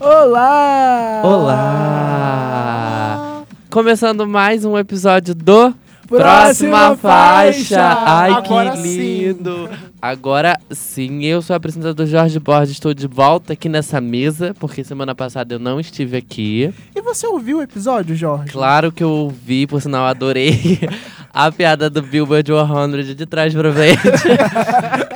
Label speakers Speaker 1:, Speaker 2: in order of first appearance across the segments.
Speaker 1: Olá!
Speaker 2: Olá! Começando mais um episódio do
Speaker 1: Próxima Faixa!
Speaker 2: Ai,
Speaker 1: Agora
Speaker 2: que
Speaker 1: sim.
Speaker 2: lindo! Agora sim, eu sou o apresentador Jorge Borges, estou de volta aqui nessa mesa, porque semana passada eu não estive aqui.
Speaker 1: E você ouviu o episódio, Jorge?
Speaker 2: Claro que eu ouvi, por sinal, adorei a piada do Billboard 100 de trás pra frente.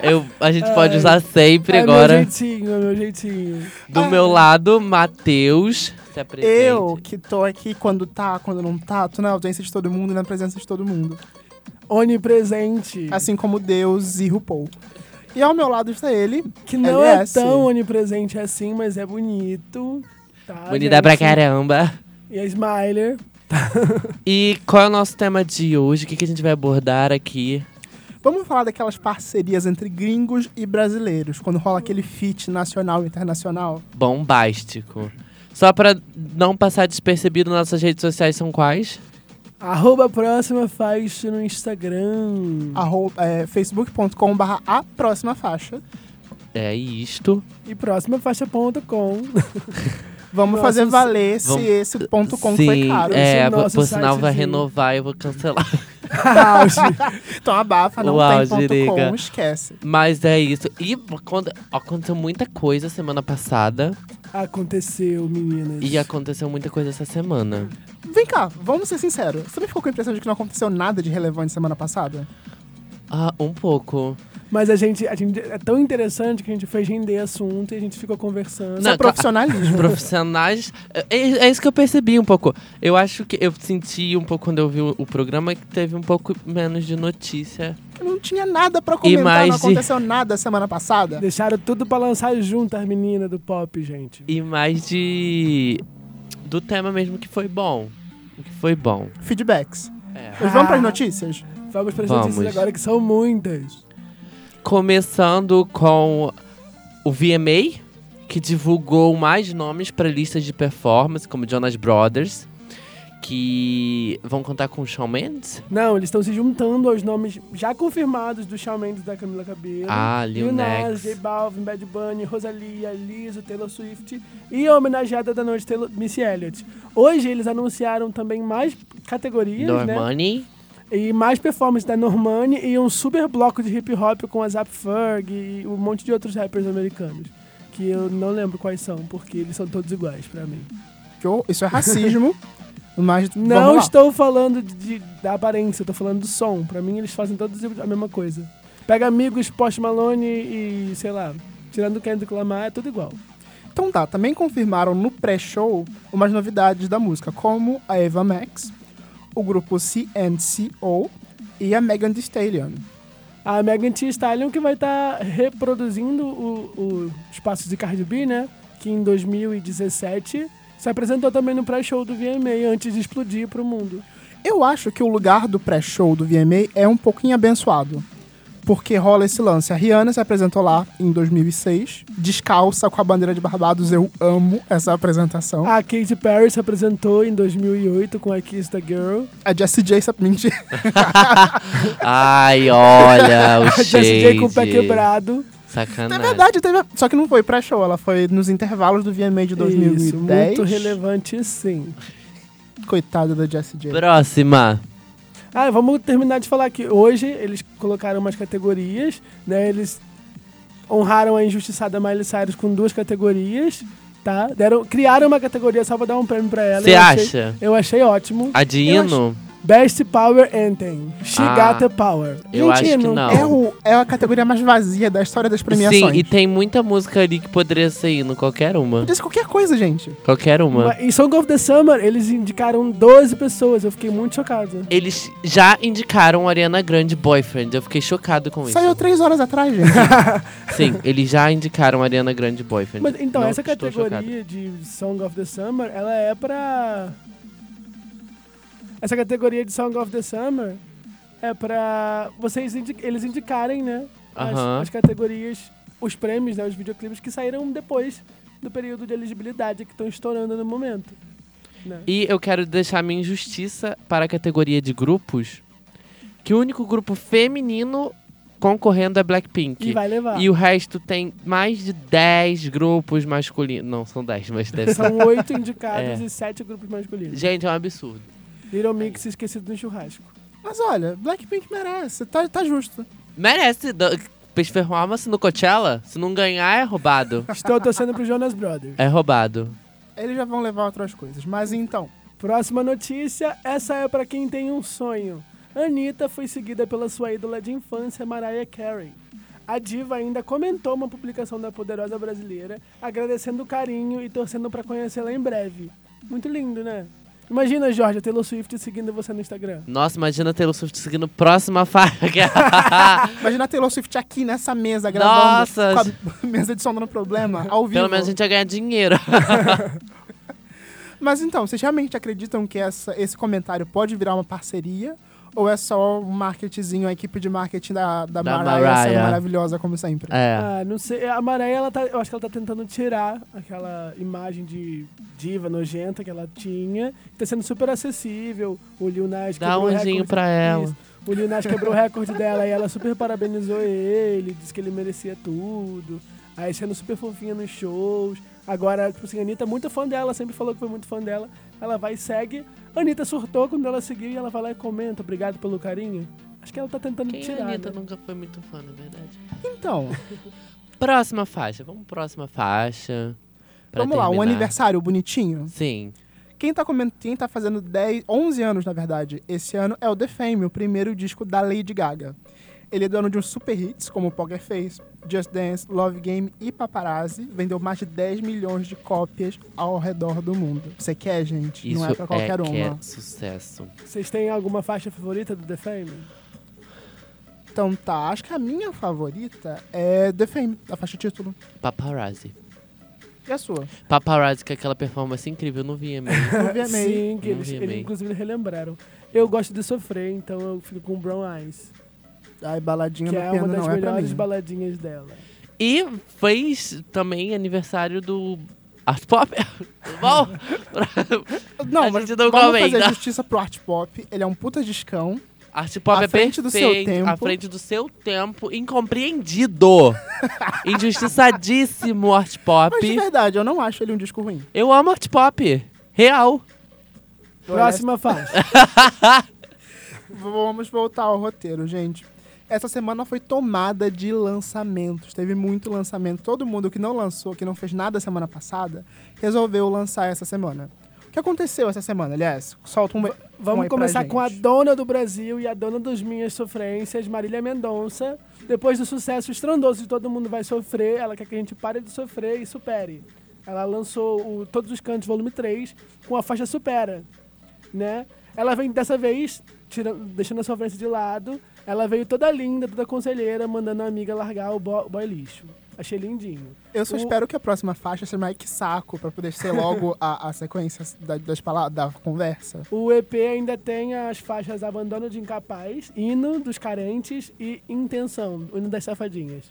Speaker 2: Eu- a gente pode usar sempre
Speaker 1: É meu
Speaker 2: agora.
Speaker 1: jeitinho, é meu jeitinho.
Speaker 2: Do meu lado, Matheus. Se apresente.
Speaker 3: Eu que tô aqui quando tá, quando não tá, tô na ausência de todo mundo e na presença de todo mundo.
Speaker 1: Onipresente.
Speaker 3: Assim como Deus e RuPaul. E ao meu lado está ele,
Speaker 1: que não é
Speaker 3: LS.
Speaker 1: tão onipresente assim, mas é bonito. Tá,
Speaker 2: Bonita
Speaker 1: gente?
Speaker 2: pra caramba.
Speaker 1: E a Smiler.
Speaker 2: E qual é o nosso tema de hoje? O que, que a gente vai abordar aqui?
Speaker 3: Vamos falar daquelas parcerias entre gringos e brasileiros, quando rola aquele fit nacional e internacional.
Speaker 2: Bombástico. Só pra não passar despercebido, nossas redes sociais são quais?
Speaker 1: Arroba próxima faixa no Instagram.
Speaker 3: Arroba, é, facebook.com barra a próxima faixa.
Speaker 2: É isto.
Speaker 1: E próxima faixa.com.
Speaker 3: Vamos
Speaker 1: Nossa,
Speaker 3: fazer
Speaker 1: você-
Speaker 3: valer se
Speaker 2: vamos-
Speaker 3: esse ponto com foi
Speaker 2: Sim,
Speaker 3: caro.
Speaker 2: é,
Speaker 1: Esse é o nosso
Speaker 2: por sinal vai
Speaker 1: sitezinho.
Speaker 2: renovar e eu vou cancelar.
Speaker 3: Então abafa, não
Speaker 2: Uau,
Speaker 3: tem ponto
Speaker 2: direita.
Speaker 3: com, esquece.
Speaker 2: Mas é isso. E quando- aconteceu muita coisa semana passada
Speaker 1: Aconteceu, meninas.
Speaker 2: e aconteceu muita coisa essa semana.
Speaker 3: Vem cá, vamos ser sinceros. Você não ficou com a impressão de que não aconteceu nada de relevante semana passada?
Speaker 2: Ah, um pouco.
Speaker 1: Mas a gente, a gente é tão interessante que a gente fez render assunto e a gente ficou conversando.
Speaker 2: Não,
Speaker 3: Isso é profissionalismo.
Speaker 2: profissionais. É, é isso que eu percebi um pouco. Eu acho que eu senti um pouco quando eu vi o, o programa que teve um pouco menos de notícia.
Speaker 3: não tinha nada pra comentar,
Speaker 2: mais
Speaker 3: não
Speaker 2: de-
Speaker 3: aconteceu nada semana passada.
Speaker 1: Deixaram tudo pra lançar junto as meninas do pop, gente.
Speaker 2: E mais de. do tema mesmo que foi bom. O que foi bom.
Speaker 3: Feedbacks.
Speaker 2: É.
Speaker 3: Mas vamos pras notícias?
Speaker 1: Vamos para as
Speaker 2: Vamos.
Speaker 1: notícias agora, que são muitas.
Speaker 2: Começando com o VMA, que divulgou mais nomes para listas de performance, como Jonas Brothers, que vão contar com Shawn Mendes.
Speaker 1: Não, eles estão se juntando aos nomes já confirmados do Shawn Mendes e da Camila Cabello.
Speaker 2: Ah, Lil Nas.
Speaker 1: J Balvin, Bad Bunny, Rosalia, Lizzo, Taylor Swift e a homenageada da noite, Taylor, Missy Elliott. Hoje eles anunciaram também mais categorias, né?
Speaker 2: Normani.
Speaker 1: E mais performances da Normani e um super bloco de hip hop com a Zap Ferg e um monte de outros rappers americanos. Que eu não lembro quais são, porque eles são todos iguais pra mim.
Speaker 3: Que eu- isso é racismo. mas
Speaker 1: Não
Speaker 3: vamos lá.
Speaker 1: estou falando de, de- da aparência, eu tô falando do som. Pra mim, eles fazem todos a mesma coisa. Pega amigos, Post Malone e, sei lá, tirando o Kendrick Lamar, é tudo igual.
Speaker 3: Então tá, também confirmaram no pré-show umas novidades da música, como a Eva Max, o grupo CNCO e a Megan Thee Stallion.
Speaker 1: A Megan Thee Stallion que vai estar reproduzindo o, o espaço de Cardi B, né? Que em 2017 se apresentou também no pré-show do VMA antes de explodir pro mundo.
Speaker 3: Eu acho que o lugar do pré-show do VMA é um pouquinho abençoado. Porque rola esse lance. A Rihanna se apresentou lá em 2006, descalça com a bandeira de Barbados. Eu amo essa apresentação.
Speaker 1: A Katy Perry se apresentou em 2008 com a Kiss the Girl.
Speaker 3: A Jessie J se mentira.
Speaker 2: Ai, olha o
Speaker 1: A Jessie J com o pé
Speaker 2: shade.
Speaker 1: quebrado. é
Speaker 3: Na
Speaker 2: Sacanagem.
Speaker 3: É verdade, teve. Só que não foi pré-show, ela foi nos intervalos do VMA de 2010.
Speaker 1: Isso, muito relevante sim.
Speaker 3: Coitada da Jessie J.
Speaker 2: Próxima.
Speaker 1: Ah, vamos terminar de falar que hoje eles colocaram umas categorias, né? Eles honraram a injustiçada Miley Cyrus com duas categorias, tá? Deram, criaram uma categoria só pra dar um prêmio pra ela.
Speaker 2: Você
Speaker 1: Eu achei-
Speaker 2: acha?
Speaker 1: Eu achei ótimo.
Speaker 2: A de
Speaker 1: Eu
Speaker 2: hino?
Speaker 1: Best Power Anthem. She
Speaker 2: Ah,
Speaker 1: Got the Power.
Speaker 2: eu acho que não.
Speaker 3: É, o, é a categoria mais vazia da história das premiações.
Speaker 2: Sim, e tem muita música ali que poderia ser hino, qualquer uma.
Speaker 3: Diz qualquer coisa, gente.
Speaker 2: Qualquer uma.
Speaker 1: Mas Em Song of the Summer, eles indicaram 12 pessoas. Eu fiquei muito chocado.
Speaker 2: Eles já indicaram a Ariana Grande Boyfriend. Eu fiquei chocado com isso.
Speaker 3: Saiu três horas atrás, gente.
Speaker 2: Sim, eles já indicaram a Ariana Grande Boyfriend.
Speaker 1: Mas então,
Speaker 2: Não
Speaker 1: essa
Speaker 2: estou chocado.
Speaker 1: categoria de Song of the Summer, ela é pra. Essa categoria de Song of the Summer é pra vocês indi- eles indicarem, né? As,
Speaker 2: Aham.
Speaker 1: as categorias, os prêmios, né? Os videoclipes que saíram depois do período de elegibilidade que estão estourando no momento. né?
Speaker 2: E eu quero deixar minha injustiça para a categoria de grupos. Que o único grupo feminino concorrendo é Blackpink.
Speaker 1: E vai levar.
Speaker 2: E o resto tem mais de 10 grupos masculinos. Não, são 10, mas deve ser.
Speaker 1: São oito indicados
Speaker 2: É.
Speaker 1: e sete grupos masculinos.
Speaker 2: Gente, é um absurdo.
Speaker 1: Little Mix esquecido no churrasco.
Speaker 3: Mas olha, Blackpink merece, tá, tá justo.
Speaker 2: Merece. do- Peixe performance no Coachella, se não ganhar é roubado.
Speaker 1: Estou torcendo pro Jonas Brothers.
Speaker 2: É roubado.
Speaker 3: Eles já vão levar outras coisas. Mas então,
Speaker 1: Próxima notícia, essa é pra quem tem um sonho. Anitta foi seguida pela sua ídola de infância, Mariah Carey. A diva ainda comentou uma publicação da poderosa brasileira, agradecendo o carinho e torcendo pra conhecê-la em breve. Muito lindo, né? Imagina, Jorge, a Taylor Swift seguindo você no Instagram.
Speaker 2: Nossa, imagina Taylor Swift seguindo próxima faca.
Speaker 3: imagina a Taylor Swift aqui nessa mesa gravando.
Speaker 2: Nossa.
Speaker 3: Com a mesa de som dando problema, ao vivo.
Speaker 2: Pelo menos a gente ia ganhar dinheiro.
Speaker 3: Mas então, vocês realmente acreditam que essa- esse comentário pode virar uma parceria? Ou é só um marketingzinho, a equipe de marketing da, da,
Speaker 2: Da
Speaker 3: Mariah, sendo
Speaker 2: Mariah.
Speaker 3: maravilhosa como sempre?
Speaker 2: É.
Speaker 1: Ah, não sei. A Mariah, ela tá, eu acho que ela tá tentando tirar aquela imagem de diva nojenta que ela tinha. Tá sendo super acessível. O Lil Nas
Speaker 2: Dá
Speaker 1: quebrou
Speaker 2: um
Speaker 1: o
Speaker 2: anjinho
Speaker 1: recorde-
Speaker 2: pra
Speaker 1: Isso.
Speaker 2: ela.
Speaker 1: O Lil Nas quebrou o recorde dela e ela super parabenizou ele, disse que ele merecia tudo. Aí sendo super fofinha nos shows. Agora, tipo assim, a Anitta é muito fã dela, sempre falou que foi muito fã dela. Ela vai e segue. A Anitta surtou quando ela seguiu e ela vai lá e comenta, obrigado pelo carinho. Acho que ela tá tentando
Speaker 2: Quem é
Speaker 1: tirar.
Speaker 2: a Anitta
Speaker 1: né?
Speaker 2: nunca foi muito fã, na verdade.
Speaker 3: Então,
Speaker 2: Próxima faixa. Vamos próxima faixa. pra
Speaker 3: vamos lá, um
Speaker 2: terminar.
Speaker 3: aniversário bonitinho.
Speaker 2: Sim.
Speaker 3: Quem tá, comen- quem tá fazendo 10, 11 anos, na verdade, esse ano é o The Fame, o primeiro disco da Lady Gaga. Ele é dono de uns super hits como Poker Face, Just Dance, Love Game e Paparazzi. Vendeu mais de 10 milhões de cópias ao redor do mundo. Você quer, gente?
Speaker 2: Isso
Speaker 3: Não é pra qualquer
Speaker 2: é
Speaker 3: uma.
Speaker 2: que é sucesso.
Speaker 1: Vocês têm alguma faixa favorita do The Fame?
Speaker 3: Então tá, acho que a minha favorita é The Fame, da faixa título.
Speaker 2: Paparazzi.
Speaker 3: E a sua?
Speaker 2: Paparazzi com aquela performance incrível no VMA.
Speaker 3: No VMA.
Speaker 1: Sim, que
Speaker 2: Não
Speaker 1: eles,
Speaker 2: vi
Speaker 1: eles
Speaker 2: e-mail.
Speaker 1: inclusive relembraram. Eu gosto de sofrer, então eu fico com Brown Eyes,
Speaker 3: Ai, baladinha
Speaker 1: que
Speaker 3: do
Speaker 1: é
Speaker 3: piano
Speaker 1: uma das
Speaker 3: não é pra
Speaker 1: melhores
Speaker 3: mim.
Speaker 1: baladinhas dela.
Speaker 2: E fez também aniversário do Art Pop. Bom,
Speaker 3: Não,
Speaker 2: A
Speaker 3: mas
Speaker 2: gente não
Speaker 3: vamos
Speaker 2: comenta.
Speaker 3: fazer justiça pro Art Pop. Ele é um puta discão.
Speaker 2: Art Pop
Speaker 3: À
Speaker 2: é perfeito.
Speaker 3: frente do seu tempo.
Speaker 2: À frente do seu tempo. Incompreendido. Injustiçadíssimo Art Pop.
Speaker 3: Mas de verdade, eu não acho ele um disco ruim.
Speaker 2: Eu amo Art Pop. Real.
Speaker 1: Próxima faixa.
Speaker 3: Vamos voltar ao roteiro, gente. Essa semana foi tomada de lançamentos. Teve muito lançamento. Todo mundo que não lançou, que não fez nada semana passada, resolveu lançar essa semana. O que aconteceu essa semana, aliás? Solta um. um
Speaker 1: Vamos
Speaker 3: aí pra
Speaker 1: começar
Speaker 3: gente.
Speaker 1: com a dona do Brasil e a dona dos minhas sofrências, Marília Mendonça. Depois do sucesso estrondoso de Todo Mundo Vai Sofrer, ela quer que a gente pare de sofrer e supere. Ela lançou o Todos os Cantos, volume 3, com a faixa Supera, né? Ela vem dessa vez, tirando, deixando a sofrência de lado, ela veio toda linda, toda conselheira, mandando a amiga largar o bo- boy lixo. Achei lindinho.
Speaker 3: Eu só
Speaker 1: O-
Speaker 3: espero que a próxima faixa seja Mike Saco, pra poder ser logo a, a sequência da, das palavras, da conversa.
Speaker 1: O EP ainda tem as faixas Abandono de Incapaz, Hino dos Carentes e Intenção, o Hino das Safadinhas.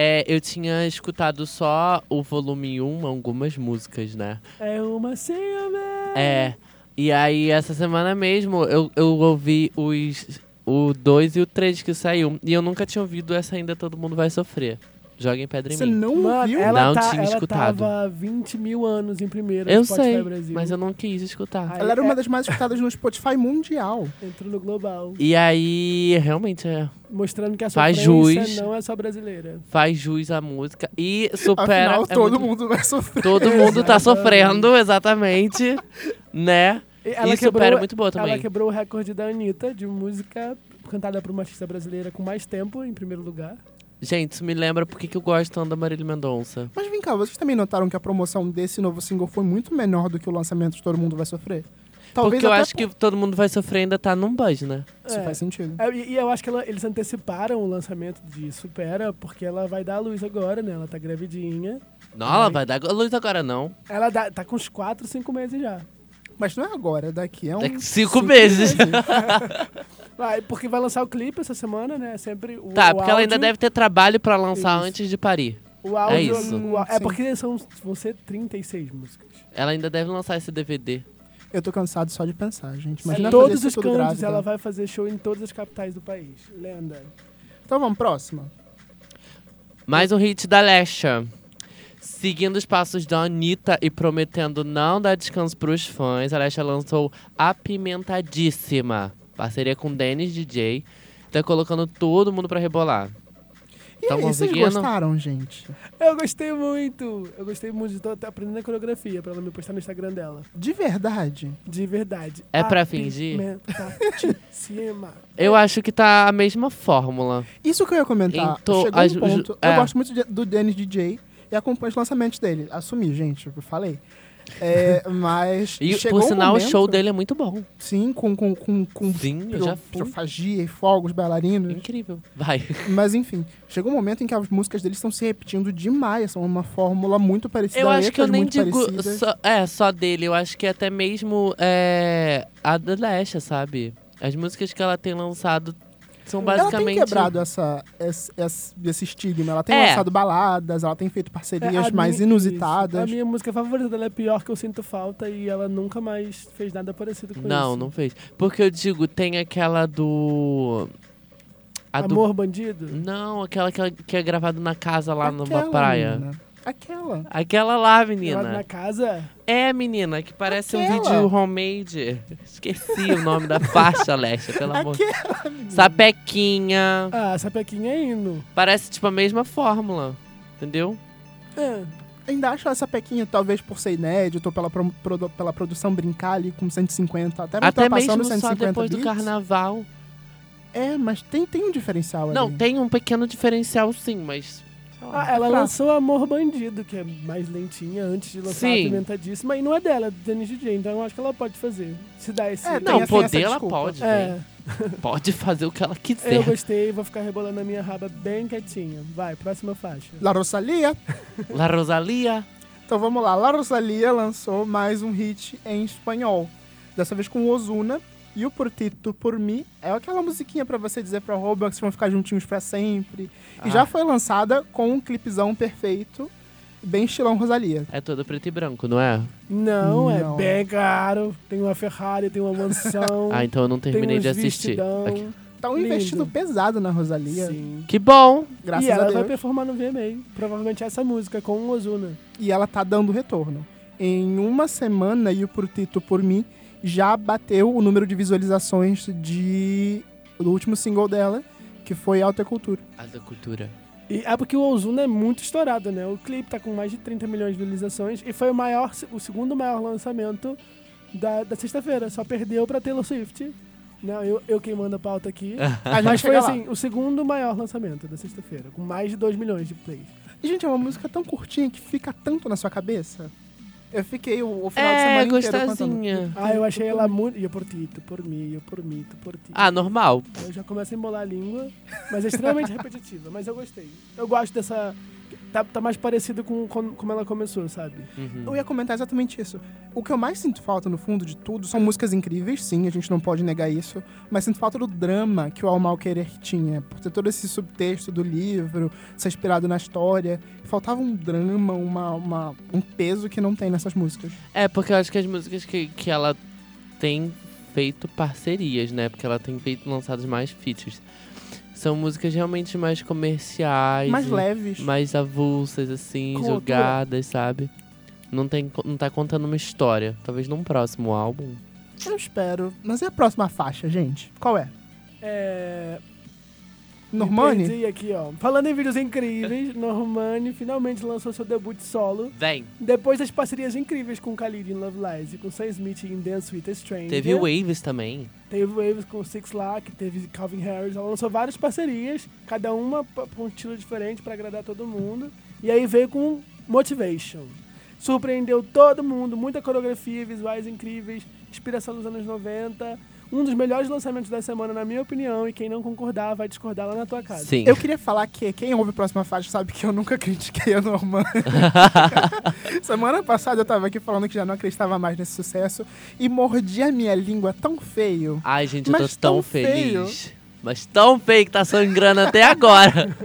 Speaker 2: É, eu tinha escutado só o volume 1, algumas músicas, né?
Speaker 1: É uma ciúme.
Speaker 2: É. E aí, essa semana mesmo, eu, eu ouvi os, o 2 e o 3 que saiu. E eu nunca tinha ouvido essa ainda Todo Mundo Vai Sofrer. Joguem pedra em
Speaker 3: Você
Speaker 2: mim.
Speaker 3: não
Speaker 1: Mano,
Speaker 3: viu?
Speaker 1: ela,
Speaker 2: Não
Speaker 1: tá,
Speaker 2: tinha
Speaker 1: ela
Speaker 2: escutado.
Speaker 1: tava há 20 mil anos em primeiro
Speaker 2: Eu
Speaker 1: no Spotify
Speaker 2: sei,
Speaker 1: Brasil.
Speaker 2: mas eu não quis escutar.
Speaker 1: Ai.
Speaker 3: Ela era
Speaker 1: é-
Speaker 3: uma das mais escutadas no Spotify mundial.
Speaker 1: Entrou no global.
Speaker 2: E aí, realmente, é,
Speaker 1: Mostrando que a
Speaker 2: Faz jus.
Speaker 1: sofrência não é só brasileira.
Speaker 2: faz jus à música e supera.
Speaker 3: Afinal,
Speaker 2: é
Speaker 3: todo
Speaker 2: muito-
Speaker 3: mundo vai sofrer.
Speaker 2: Todo mundo tá
Speaker 1: Exatamente.
Speaker 2: sofrendo, exatamente. né?
Speaker 1: E
Speaker 2: e supera é muito boa
Speaker 1: Ela
Speaker 2: também.
Speaker 1: quebrou o recorde da Anitta de música cantada por uma artista brasileira com mais tempo, em primeiro lugar.
Speaker 2: Gente, isso me lembra porque que eu gosto tanto da Marília Mendonça.
Speaker 3: Mas vem cá, vocês também notaram que a promoção desse novo single foi muito menor do que o lançamento de Todo Mundo Vai Sofrer? Talvez
Speaker 2: porque eu
Speaker 3: até
Speaker 2: acho que todo mundo vai sofrer ainda tá num buzz, né?
Speaker 3: por- Isso
Speaker 1: É.
Speaker 3: faz sentido.
Speaker 1: É, E, e eu acho que ela- eles anteciparam o lançamento de Supera, porque ela vai dar a luz agora, né? Ela tá gravidinha.
Speaker 2: Não, ela
Speaker 1: Ai.
Speaker 2: vai dar luz agora não.
Speaker 1: Ela dá- tá com uns 4, 5 meses já.
Speaker 3: Mas não é agora, daqui é um...
Speaker 2: Daqui cinco meses.
Speaker 1: Vai, Ah, porque vai lançar o clipe essa semana, né? Sempre o
Speaker 2: Tá,
Speaker 1: o
Speaker 2: porque ela ainda
Speaker 1: áudio-
Speaker 2: deve ter trabalho pra lançar
Speaker 1: Isso.
Speaker 2: antes de parir.
Speaker 1: O áudio,
Speaker 2: É isso.
Speaker 1: o á- é
Speaker 3: Sim.
Speaker 1: porque são, vão ser 36 músicas.
Speaker 2: Ela ainda deve lançar esse DVD.
Speaker 3: Eu tô cansado só de pensar, gente.
Speaker 1: Em
Speaker 3: Imagina fazer
Speaker 1: todos
Speaker 3: isso
Speaker 1: os
Speaker 3: tudo né?
Speaker 1: cantos,
Speaker 3: grávida.
Speaker 1: ela vai fazer show em todas as capitais do país. Lenda.
Speaker 3: Então vamos, próxima.
Speaker 2: Mais um hit da Lesha. Seguindo os passos da Anitta e prometendo não dar descanso pros fãs, a Lesha lançou Apimentadíssima, parceria com Dennis DJ. Tá colocando todo mundo pra rebolar.
Speaker 3: E
Speaker 2: Tão
Speaker 3: aí, vocês
Speaker 2: conseguindo?
Speaker 3: gostaram, gente?
Speaker 1: Eu gostei muito. Eu gostei muito de tô até aprendendo a coreografia pra ela me postar no Instagram dela.
Speaker 3: De verdade.
Speaker 1: De verdade.
Speaker 2: É pra fingir?
Speaker 1: Apimentadíssima.
Speaker 2: Eu acho que tá a mesma fórmula.
Speaker 3: Isso que eu ia comentar.
Speaker 2: Então,
Speaker 3: Chegou
Speaker 2: as-
Speaker 3: um ponto.
Speaker 2: ju- é.
Speaker 3: Eu gosto muito de- do Dennis DJ e acompanho os lançamentos dele. Assumi, gente, eu falei. É, mas.
Speaker 2: E,
Speaker 3: chegou
Speaker 2: por sinal,
Speaker 3: um
Speaker 2: o
Speaker 3: momento,
Speaker 2: show dele é muito bom.
Speaker 3: Sim, com, com, com, com
Speaker 2: Sim, eu
Speaker 3: piro-
Speaker 2: já fui.
Speaker 3: pirofagia e fogos, bailarinos.
Speaker 2: Incrível. Vai.
Speaker 3: Mas enfim, chegou um momento em que as músicas deles estão se repetindo demais. São uma fórmula muito parecida.
Speaker 2: Eu acho que eu
Speaker 3: letras
Speaker 2: nem
Speaker 3: é muito né?
Speaker 2: digo
Speaker 3: parecidas.
Speaker 2: só, é, só dele. Eu acho que até mesmo é, a da Lesha, sabe? As músicas que ela tem lançado são basicamente...
Speaker 3: Ela tem quebrado essa, esse, esse- esse estigma. Ela tem
Speaker 2: É.
Speaker 3: lançado baladas, ela tem feito parcerias
Speaker 1: É, a
Speaker 3: mais
Speaker 1: minha-
Speaker 3: inusitadas.
Speaker 1: isso. A minha música favorita dela é pior que eu sinto falta e ela nunca mais fez nada parecido com
Speaker 2: Não,
Speaker 1: isso.
Speaker 2: não fez. Porque eu digo, tem aquela do... A do...
Speaker 1: Amor Bandido?
Speaker 2: Não, aquela que, que é gravada na casa lá
Speaker 3: Aquela,
Speaker 2: numa praia.
Speaker 3: menina. Aquela.
Speaker 2: Aquela lá,
Speaker 1: Lá na
Speaker 2: menina.
Speaker 1: casa?
Speaker 2: É, menina, que parece um
Speaker 3: Aquela.
Speaker 2: vídeo homemade. Esqueci o nome da faixa, Lesha, pelo amor de Sapequinha.
Speaker 1: Ah, Sapequinha é hino.
Speaker 2: Parece, tipo, a mesma fórmula. Entendeu?
Speaker 1: É.
Speaker 3: Ainda acho essa pequinha, talvez por ser inédito, ou pela, pro- produ- pela produção brincar ali com 150, até,
Speaker 2: Até
Speaker 3: ultrapassando
Speaker 2: mesmo
Speaker 3: 150
Speaker 2: só depois do
Speaker 3: bits.
Speaker 2: carnaval.
Speaker 3: É, mas tem, tem um diferencial
Speaker 2: Não,
Speaker 3: ali.
Speaker 2: tem um pequeno diferencial sim, mas. sei lá.
Speaker 1: Ah, ela
Speaker 3: Tá.
Speaker 1: lançou Amor Bandido, que é mais lentinha, antes de lançar
Speaker 2: Sim.
Speaker 1: Apimentadíssima, e não é dela, é do Dennis DJ, então eu acho que ela pode fazer. Se dá esse...
Speaker 3: É, tem
Speaker 2: não,
Speaker 3: essa-
Speaker 2: poder
Speaker 3: essa
Speaker 2: ela
Speaker 3: desculpa.
Speaker 2: pode,
Speaker 1: É,
Speaker 2: né? Pode fazer o que ela
Speaker 1: eu
Speaker 2: quiser.
Speaker 1: gostei, vou ficar rebolando a minha raba bem quietinha. Vai, próxima faixa.
Speaker 3: La Rosalia.
Speaker 2: La Rosalia.
Speaker 3: Então vamos lá. La Rosalia lançou mais um hit em espanhol. Dessa vez com Ozuna. E o Por Ti, Tu Por Mi é aquela musiquinha pra você dizer pra Roblox que vão ficar juntinhos pra sempre.
Speaker 2: Ah.
Speaker 3: E já foi lançada com um clipezão perfeito, bem estilão Rosalia.
Speaker 2: É toda preto e branco, não é?
Speaker 1: Não, é
Speaker 3: Não.
Speaker 1: bem caro. Tem uma Ferrari, tem uma mansão.
Speaker 2: Ah, então eu não
Speaker 1: tem
Speaker 2: terminei
Speaker 1: uns
Speaker 2: de assistir.
Speaker 1: vestidão.
Speaker 2: Aqui.
Speaker 3: Tá um
Speaker 1: Lindo.
Speaker 3: investido pesado na Rosalia.
Speaker 1: Sim.
Speaker 2: Que bom!
Speaker 3: Graças
Speaker 1: e
Speaker 3: a
Speaker 1: ela
Speaker 3: Deus.
Speaker 1: vai performar no VMA. Provavelmente essa música com o Ozuna.
Speaker 3: e ela tá dando retorno. Em uma semana, e o Por Tito Por Mim já bateu o número de visualizações de do último single dela, que foi Alta Cultura.
Speaker 2: A da cultura.
Speaker 1: E é porque o Ozuna é muito estourado, né? O clipe tá com mais de 30 milhões de visualizações e foi o maior, o segundo maior lançamento da, da sexta-feira. Só perdeu pra Taylor Swift. Não, eu, eu quem manda a pauta aqui.
Speaker 3: A gente
Speaker 1: Mas foi
Speaker 3: chega lá.
Speaker 1: assim, o segundo maior lançamento da sexta-feira, com mais de 2 milhões de plays.
Speaker 3: E, gente, é uma música tão curtinha que fica tanto na sua cabeça. Eu fiquei o, o final
Speaker 2: É,
Speaker 3: de semana inteiro cantando.
Speaker 2: gostosinha.
Speaker 1: Ah, eu achei ela muito. E eu por ti, tu por mim, eu por mim, tu por ti.
Speaker 2: Ah, normal.
Speaker 1: Eu já começo a embolar a língua, mas é extremamente repetitiva, mas eu gostei. Eu gosto dessa. Tá, tá mais parecido com, com como ela começou, sabe?
Speaker 2: Uhum.
Speaker 3: Eu ia comentar exatamente isso. O que eu mais sinto falta, no fundo de tudo, são músicas incríveis, sim, a gente não pode negar isso, mas sinto falta do drama que o Al Malquerer tinha, por ter todo esse subtexto do livro, ser inspirado na história. Faltava um drama, uma, uma- um peso que não tem nessas músicas.
Speaker 2: É, porque eu acho que as músicas que, que ela tem feito parcerias, né? Porque ela tem feito lançados mais features. São músicas realmente mais comerciais.
Speaker 3: Mais
Speaker 2: e
Speaker 3: leves.
Speaker 2: Mais avulsas, assim,
Speaker 1: Com
Speaker 2: jogadas, sabe? Não, tem, não tá contando uma história. Talvez num próximo álbum.
Speaker 3: Eu espero. Mas e a próxima faixa, gente? Qual é?
Speaker 1: É. me
Speaker 3: Normani?
Speaker 1: perdi aqui, ó. Falando em vídeos incríveis, Normani finalmente lançou seu debut solo.
Speaker 2: Vem!
Speaker 1: Depois das parcerias incríveis com Khalid em Love Lies e com Sam Smith em Dance with a Stranger.
Speaker 2: Teve Waves também.
Speaker 1: Teve Waves com Six Lack, teve Calvin Harris. Ela lançou várias parcerias, cada uma p- com um estilo diferente pra agradar todo mundo. E aí veio com Motivation. Surpreendeu todo mundo, muita coreografia, visuais incríveis, inspiração dos anos 90. Um dos melhores lançamentos da semana, na minha opinião, e quem não concordar vai discordar lá na tua casa.
Speaker 2: Sim.
Speaker 3: Eu queria falar que quem ouve a próxima faixa sabe que eu nunca critiquei a Normani. Semana passada eu tava aqui falando que já não acreditava mais nesse sucesso e mordi a minha língua tão feio.
Speaker 2: Ai, gente, eu
Speaker 3: Mas
Speaker 2: tô tão,
Speaker 3: tão
Speaker 2: feliz. Mas tão feio que tá sangrando até agora.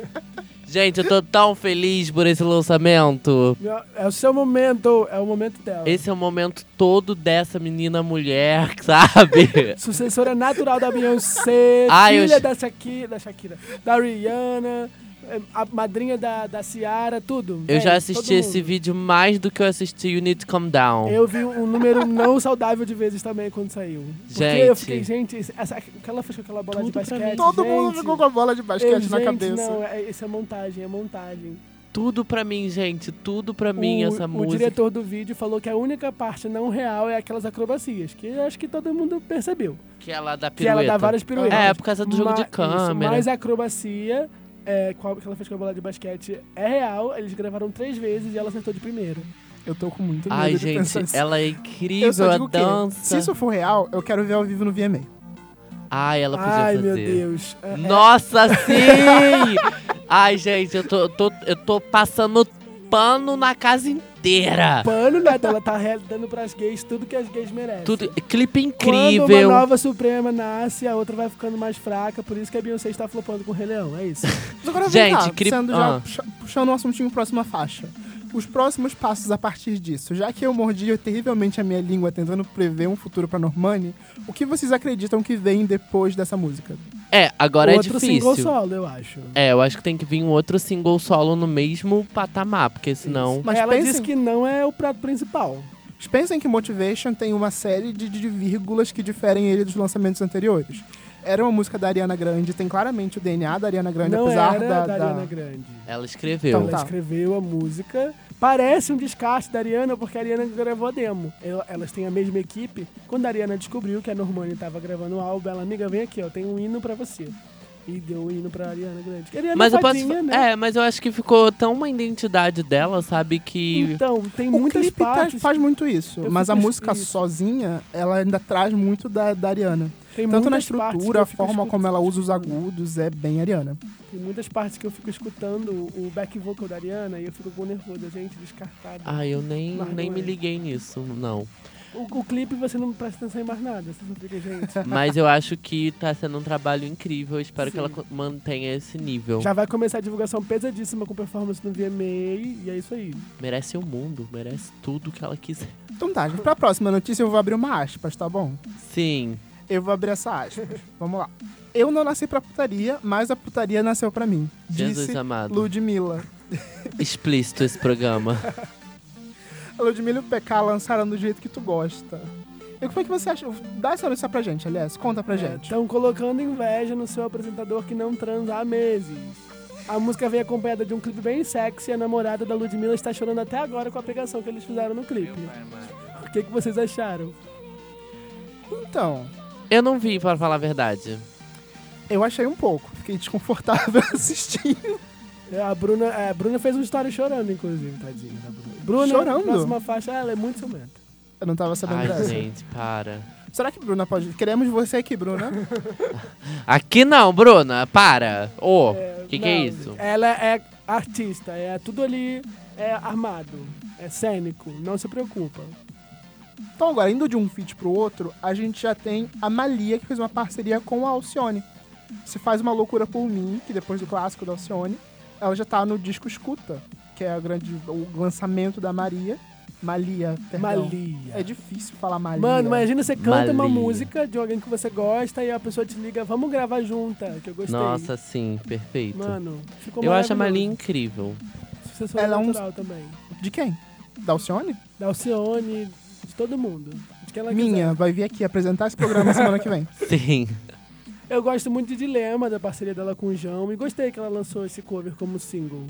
Speaker 2: Gente, eu tô tão feliz por esse lançamento.
Speaker 1: É o seu momento, é o momento dela.
Speaker 2: Esse é o momento todo dessa menina mulher, sabe?
Speaker 1: Sucessora natural da Beyoncé,
Speaker 2: Ai, eu
Speaker 1: filha
Speaker 2: ch-
Speaker 1: da Shakira, da Shakira, da Rihanna, é, a madrinha da, da Ciara, tudo.
Speaker 2: Eu
Speaker 1: É,
Speaker 2: já
Speaker 1: todo
Speaker 2: assisti esse
Speaker 1: mundo.
Speaker 2: vídeo mais do que eu assisti You Need to Calm Down.
Speaker 1: Eu vi um número não saudável de vezes também quando saiu. Porque eu
Speaker 2: Gente.
Speaker 1: fiquei, gente, essa, aquela fez com aquela bola de
Speaker 2: Tudo pra
Speaker 1: basquete.
Speaker 2: mim.
Speaker 3: Todo mundo
Speaker 1: gente.
Speaker 3: ficou com a bola de
Speaker 1: Eu,
Speaker 3: basquete na
Speaker 1: gente,
Speaker 3: cabeça.
Speaker 1: Não, é, isso é montagem, é montagem.
Speaker 2: Tudo pra mim, gente. Tudo pra mim,
Speaker 1: o,
Speaker 2: essa
Speaker 1: o
Speaker 2: música.
Speaker 1: diretor do vídeo falou que a única parte não real é aquelas acrobacias, que eu acho que todo mundo percebeu.
Speaker 2: Que ela dá
Speaker 1: Que ela dá
Speaker 2: pirueta.
Speaker 1: várias piruetas.
Speaker 2: É, por causa do jogo
Speaker 1: Ma-
Speaker 2: de
Speaker 1: isso,
Speaker 2: câmera.
Speaker 1: mas a acrobacia é, com a- que ela fez com a bola de basquete é real, eles gravaram três vezes e ela acertou de primeiro.
Speaker 3: Eu tô com muito medo
Speaker 2: Ai,
Speaker 3: de
Speaker 2: gente,
Speaker 3: pensar assim.
Speaker 1: assim.
Speaker 3: isso.
Speaker 2: ela é incrível, a
Speaker 3: o quê?
Speaker 2: dança.
Speaker 3: Se isso for real, eu quero ver ao vivo no VMA.
Speaker 2: Ai, ela podia
Speaker 1: Ai,
Speaker 2: fazer.
Speaker 1: meu Deus. É- é-
Speaker 2: Nossa, sim! Ai, gente, eu tô, eu tô, eu tô passando pano na casa inteira.
Speaker 1: Pano, né? Ela tá re- dando pras gays tudo que as gays merecem.
Speaker 2: Tudo, clipe
Speaker 1: Quando uma
Speaker 2: incrível.
Speaker 1: nova Suprema nasce, a outra vai ficando mais fraca, por isso que a Beyoncé está flopando com o Rei Leão, é isso.
Speaker 3: Mas agora vem
Speaker 2: Gente,
Speaker 3: cá,
Speaker 2: cri-
Speaker 3: sendo já
Speaker 2: ah.
Speaker 3: puxa- puxando um assuntinho próximo à faixa. Os próximos passos a partir disso, já que eu mordi terrivelmente a minha língua tentando prever um futuro pra Normani, o que vocês acreditam que vem depois dessa música?
Speaker 2: É, agora
Speaker 1: Outro
Speaker 2: é
Speaker 1: single
Speaker 2: difícil.
Speaker 1: solo, eu acho.
Speaker 2: É, eu acho que tem que vir um outro single solo no mesmo patamar, porque senão.
Speaker 3: Mas
Speaker 1: ela
Speaker 3: pensem-
Speaker 1: disse que não é o prato principal.
Speaker 3: Pensem que Motivation tem uma série de, de vírgulas que diferem ele dos lançamentos anteriores. Era uma música da Ariana Grande, tem claramente o DNA da Ariana Grande,
Speaker 1: não
Speaker 3: apesar
Speaker 1: era
Speaker 3: da,
Speaker 1: da
Speaker 3: da-
Speaker 1: Ariana Grande.
Speaker 2: Ela escreveu.
Speaker 1: Ela
Speaker 3: tá.
Speaker 1: escreveu a música. Parece um descarte da Ariana, porque a Ariana gravou a demo. Ela- Elas têm a mesma equipe. Quando a Ariana descobriu que a Normani tava gravando o álbum, ela, amiga, vem aqui, ó, tem um hino pra você. E deu o hino pra Ariana Grande. Que a Ariana
Speaker 2: Mas
Speaker 1: é
Speaker 2: eu posso.
Speaker 1: fadinha, né?
Speaker 2: É, mas eu acho que ficou tão uma identidade dela, sabe? Que.
Speaker 1: Então, tem
Speaker 3: O
Speaker 1: muitas
Speaker 3: clipe tá-
Speaker 1: partes.
Speaker 3: faz muito isso,
Speaker 1: Eu
Speaker 3: mas a
Speaker 1: fico
Speaker 3: música
Speaker 1: escrito.
Speaker 3: sozinha, ela ainda traz muito da, da Ariana.
Speaker 1: Tem
Speaker 3: Tanto na
Speaker 1: muitas partes que
Speaker 3: estrutura,
Speaker 1: eu
Speaker 3: a
Speaker 1: fico
Speaker 3: forma
Speaker 1: escutando.
Speaker 3: como ela usa os agudos, é bem Ariana.
Speaker 1: Tem muitas partes que eu fico escutando o back vocal da Ariana e eu fico com nervoso, gente, descartado.
Speaker 3: Ah.
Speaker 2: Ai, eu nem,
Speaker 1: Largou
Speaker 2: nem me
Speaker 1: ela.
Speaker 2: liguei nisso, não.
Speaker 1: O, o clipe você não presta atenção em mais nada, você só fica, gente.
Speaker 2: Mas eu acho que tá sendo um trabalho incrível. eu Espero
Speaker 1: Sim.
Speaker 2: que ela co- mantenha esse nível.
Speaker 1: Já vai começar a divulgação pesadíssima com performance no VMA e é isso aí.
Speaker 2: Merece o mundo, merece tudo que ela quiser.
Speaker 3: Então tá, gente, pra próxima notícia eu vou abrir uma aspas, tá bom?
Speaker 2: Sim.
Speaker 3: Eu vou abrir essa aspas. Vamos lá. Eu não nasci pra putaria, mas a putaria nasceu pra mim.
Speaker 2: Jesus
Speaker 3: Disse
Speaker 2: amado.
Speaker 3: Ludmilla.
Speaker 2: Explícito esse programa.
Speaker 3: A Ludmilla e o PK lançaram do jeito que tu gosta. E o que foi que você acha? Dá essa notícia pra gente, aliás. Conta
Speaker 2: É,
Speaker 1: É,
Speaker 3: pra gente.
Speaker 1: Estão colocando inveja no seu apresentador que não transa há meses. A música vem acompanhada de um clipe bem sexy e a namorada da Ludmilla está chorando até agora com a pegação que eles fizeram no clipe. O que, que vocês acharam?
Speaker 3: Então,
Speaker 2: Eu não vi, pra falar a verdade.
Speaker 3: eu achei um pouco. Fiquei desconfortável assistindo.
Speaker 1: É, A Bruna, é, a Bruna fez um story chorando, inclusive, tadinha da Bruna. Bruna,
Speaker 3: Chorando?
Speaker 1: próxima faixa, ela é muito ciumenta.
Speaker 3: Eu não
Speaker 1: Tá
Speaker 3: tava sabendo
Speaker 2: Ai,
Speaker 3: dessa.
Speaker 2: gente, para.
Speaker 3: Será que Bruna pode... Queremos você aqui, Bruna.
Speaker 2: Aqui não, Bruna, para. Ô, o
Speaker 1: É,
Speaker 2: que, que é
Speaker 1: não,
Speaker 2: isso?
Speaker 1: Ela é artista, é tudo ali é armado, é cênico, não se preocupa.
Speaker 3: Então agora, indo de um feat pro outro, a gente já tem a Malia, que fez uma parceria com a Alcione. Se faz uma loucura por mim, que depois do clássico da Alcione, ela já tá no disco Escuta, que é a grande, o lançamento da Maria. Malia, perdão.
Speaker 1: Malia.
Speaker 3: É difícil falar Malia.
Speaker 1: Mano, imagina você canta uma
Speaker 2: Malia.
Speaker 1: música de alguém que você gosta e a pessoa te liga, vamos gravar junta, que eu gostei.
Speaker 2: Nossa, sim, perfeito.
Speaker 1: Mano, ficou
Speaker 2: eu acho a Malinha
Speaker 1: maravilhoso.
Speaker 2: incrível.
Speaker 1: Sucessora
Speaker 3: Ela é um-
Speaker 1: natural também.
Speaker 3: De quem? Da Alcione?
Speaker 1: Da Alcione, de todo mundo. De quem ela
Speaker 3: Minha, vai vir aqui apresentar esse programa semana que vem.
Speaker 2: Sim.
Speaker 1: quiser. Eu gosto muito de Dilema, da parceria dela com o João, e gostei que ela lançou esse cover como single.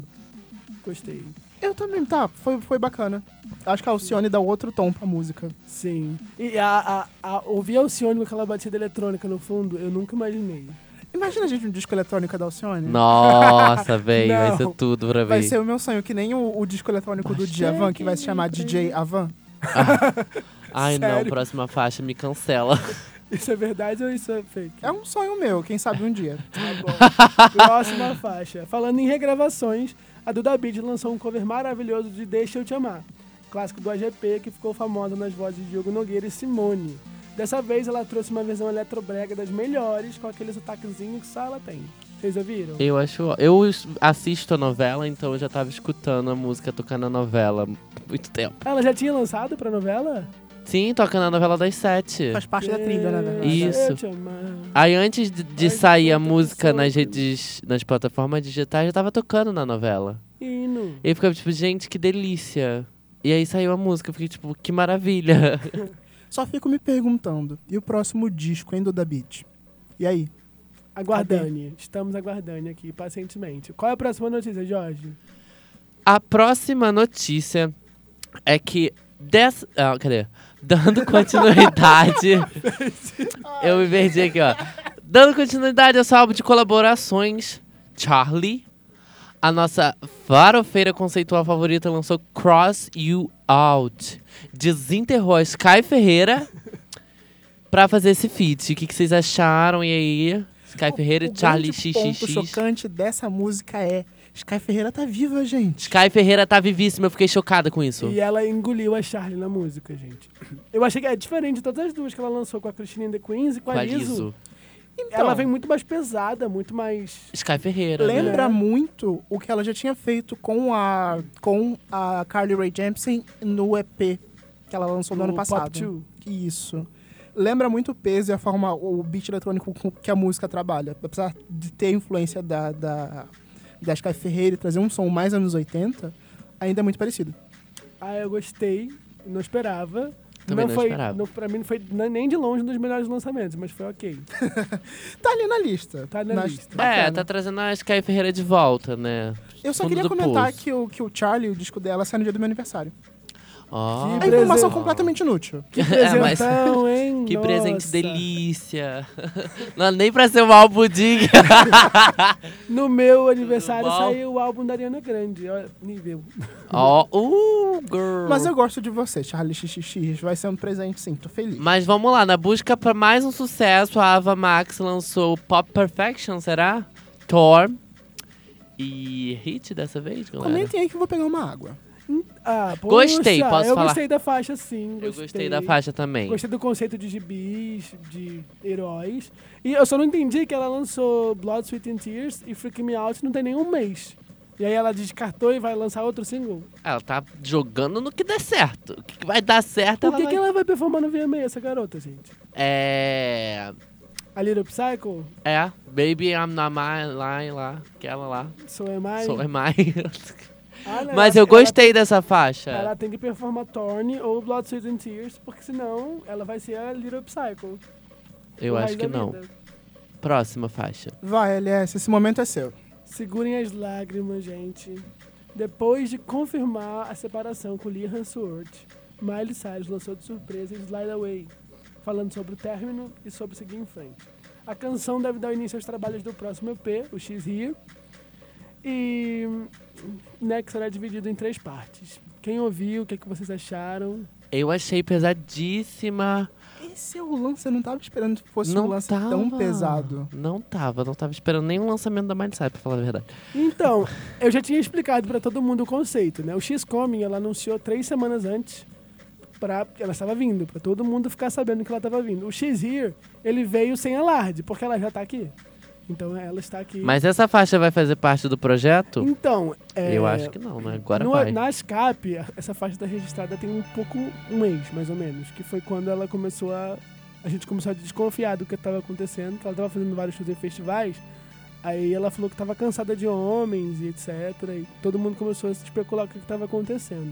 Speaker 1: Gostei.
Speaker 3: Eu também, tá, foi, foi bacana. Acho que a Alcione dá outro tom pra música.
Speaker 1: Sim. E a, a, a, ouvir Alcione com aquela batida eletrônica no fundo, eu nunca imaginei.
Speaker 3: Imagina a gente no disco eletrônico da Alcione.
Speaker 2: Nossa, velho, vai ser
Speaker 3: Não.
Speaker 2: tudo pra ver.
Speaker 3: Vai ser o meu sonho, que nem o, o disco eletrônico do
Speaker 2: Bastante
Speaker 3: Djavan, que vai se chamar DJ Avan.
Speaker 2: Ai, não,
Speaker 1: um sério.
Speaker 2: próxima faixa me cancela.
Speaker 1: Isso é verdade ou isso é fake?
Speaker 3: É um sonho meu, quem sabe um dia.
Speaker 1: Tá bom. Próxima faixa. Falando em regravações, a Duda Beat lançou um cover maravilhoso de Deixa Eu Te Amar, clássico do AGP que ficou famosa nas vozes de Diogo Nogueira e Simone. Dessa vez ela trouxe uma versão eletrobrega das melhores, com aquele sotaquezinho que só ela tem. Vocês ouviram?
Speaker 2: Eu acho. Eu es- assisto a novela, então eu já tava escutando a música tocando na novela há muito tempo.
Speaker 1: Ela já tinha lançado pra novela?
Speaker 2: Sim, toca na novela das sete.
Speaker 4: Faz parte da trilha,
Speaker 3: né,
Speaker 4: na verdade.
Speaker 2: É. Isso.
Speaker 1: Eu te amar.
Speaker 2: Aí antes de, de
Speaker 1: Ai,
Speaker 2: sair a
Speaker 1: quanta
Speaker 2: música
Speaker 1: pessoa.
Speaker 2: nas redes, nas plataformas digitais, já tava tocando na novela.
Speaker 1: Hino.
Speaker 2: E eu ficava tipo, gente, que delícia. E aí saiu a música, eu fiquei tipo, que maravilha.
Speaker 3: Só fico me perguntando, e o próximo disco, hein, Duda Beat? E aí?
Speaker 1: Aguardane. Estamos aguardando aqui, pacientemente. Qual é a próxima notícia, Jorge?
Speaker 2: A próxima notícia é que. Des... Ah, cadê? Dando continuidade. eu me perdi aqui, ó. Dando continuidade ao seu álbum de colaborações, Charlie. A nossa farofeira conceitual favorita lançou Cross You Out. Desenterrou a Sky Ferreira pra fazer esse feat. O que, que vocês acharam? E aí? Sky Ferreira,
Speaker 3: o
Speaker 2: Charlie
Speaker 3: grande ponto
Speaker 2: XXX.
Speaker 3: chocante dessa música é Sky Ferreira tá viva, gente.
Speaker 2: Sky Ferreira tá vivíssima, eu fiquei chocada com isso.
Speaker 1: E ela engoliu a Charlie na música, gente. Eu achei que é diferente de todas as duas que ela lançou com a Christine and the Queens e com a,
Speaker 2: Qualizo.
Speaker 1: Liso.
Speaker 3: Então,
Speaker 1: Ela vem muito mais pesada, muito mais.
Speaker 2: Sky Ferreira. né?
Speaker 3: lembra muito o que ela já tinha feito com a com a Carly Rae Jepsen no EP que ela lançou no, ano
Speaker 1: Pop
Speaker 3: passado.
Speaker 1: 2.
Speaker 3: Isso. Lembra muito o peso e a forma, o beat eletrônico com que a música trabalha. Apesar de ter a influência da, da, da Sky Ferreira e trazer um som mais anos 80, ainda é muito parecido.
Speaker 1: Ah, eu gostei, não esperava.
Speaker 2: Também não
Speaker 1: foi,
Speaker 2: esperava.
Speaker 1: Não, pra mim não foi n- nem de longe um dos melhores lançamentos, mas foi ok.
Speaker 3: Tá ali na lista.
Speaker 1: Tá na
Speaker 3: Nas-
Speaker 1: lista.
Speaker 2: É,
Speaker 3: bacana.
Speaker 2: tá trazendo a Sky Ferreira de volta, né?
Speaker 3: Eu só
Speaker 2: Fundo
Speaker 3: queria
Speaker 2: do
Speaker 3: comentar
Speaker 2: poço.
Speaker 3: que o, que o Charlie, o disco dela, sai no dia do meu aniversário.
Speaker 2: Ó.
Speaker 1: Que
Speaker 3: É informação
Speaker 1: presente.
Speaker 3: completamente inútil.
Speaker 1: Que
Speaker 2: É, mas-
Speaker 1: presentão, hein?
Speaker 2: Que presente
Speaker 1: Nossa.
Speaker 2: delícia. Não, nem pra ser um albudim.
Speaker 1: No meu aniversário
Speaker 2: bom?
Speaker 1: saiu o álbum da Ariana Grande, ó, nível.
Speaker 2: Ó, uh, girl.
Speaker 3: Mas eu gosto de você, Charlie XXX. Vai ser um presente, sim. Tô feliz.
Speaker 2: Mas vamos lá, na busca pra mais um sucesso, a Ava Max lançou Pop Perfection, será? Thor. E hit dessa vez, galera?
Speaker 3: Comentem aí que eu vou pegar uma água.
Speaker 1: Ah, poxa,
Speaker 2: Gostei, posso
Speaker 1: eu
Speaker 2: falar.
Speaker 1: gostei da faixa, sim.
Speaker 2: Eu gostei da faixa também.
Speaker 1: Gostei do conceito de gibis, de heróis. E eu só não entendi que ela lançou Blood, Sweat and Tears e Freak Me Out não tem nenhum mês. E aí ela descartou e vai lançar outro single.
Speaker 2: Ela tá jogando no que der certo. O que que vai dar certo,
Speaker 1: Por
Speaker 2: ela
Speaker 1: que,
Speaker 2: vai...
Speaker 1: que ela vai performar no VMA, essa garota, gente?
Speaker 2: É...
Speaker 1: A Little Psycho?
Speaker 2: É, Baby I'm Not Mine, lá, e lá, aquela lá.
Speaker 1: So Am I?
Speaker 2: Sou é mais.
Speaker 1: Ah, não,
Speaker 2: Mas
Speaker 1: ela-
Speaker 2: eu gostei dessa faixa.
Speaker 1: Ela, ela tem que performar Torn ou Blood, Sweat and Tears, porque senão ela vai ser a Little Psycho.
Speaker 2: Eu
Speaker 1: pro
Speaker 2: acho
Speaker 1: resto
Speaker 2: que
Speaker 1: da
Speaker 2: não.
Speaker 1: vida.
Speaker 2: Próxima faixa.
Speaker 3: Vai, LS, esse momento é seu.
Speaker 1: Segurem as lágrimas, gente. Depois de confirmar a separação com Lee Hansworth, Miley Cyrus lançou de surpresa Slide Away, falando sobre o término e sobre seguir em frente. A canção deve dar início aos trabalhos do próximo EP, o X Here, e né, que será dividido em três partes. Quem ouviu, o que, é que vocês acharam?
Speaker 2: Eu achei pesadíssima.
Speaker 3: Esse é o lance. Eu não tava esperando que fosse
Speaker 2: não
Speaker 3: um
Speaker 1: é
Speaker 3: lance
Speaker 2: tava.
Speaker 3: tão pesado.
Speaker 2: Não tava. Não tava esperando nenhum lançamento da Miley Cyrus, pra falar a verdade.
Speaker 1: Então, eu já tinha explicado para todo mundo o conceito, né? O X Coming, ela anunciou três semanas antes para ela estava vindo, para todo mundo ficar sabendo que ela estava vindo. O X Here, ele veio sem alarde, porque ela já tá aqui. Então, ela está aqui.
Speaker 2: Mas essa faixa vai fazer parte do projeto?
Speaker 1: então, é,
Speaker 2: Eu acho que não, né? Agora
Speaker 1: no-
Speaker 2: vai.
Speaker 1: é, na escape, essa faixa está registrada tem um pouco um mês, mais ou menos, que foi quando ela começou a a gente começou a desconfiar do que estava acontecendo, que ela estava fazendo vários shows em festivais. Aí ela falou que estava cansada de homens e etc. E todo mundo começou a se especular o que estava acontecendo.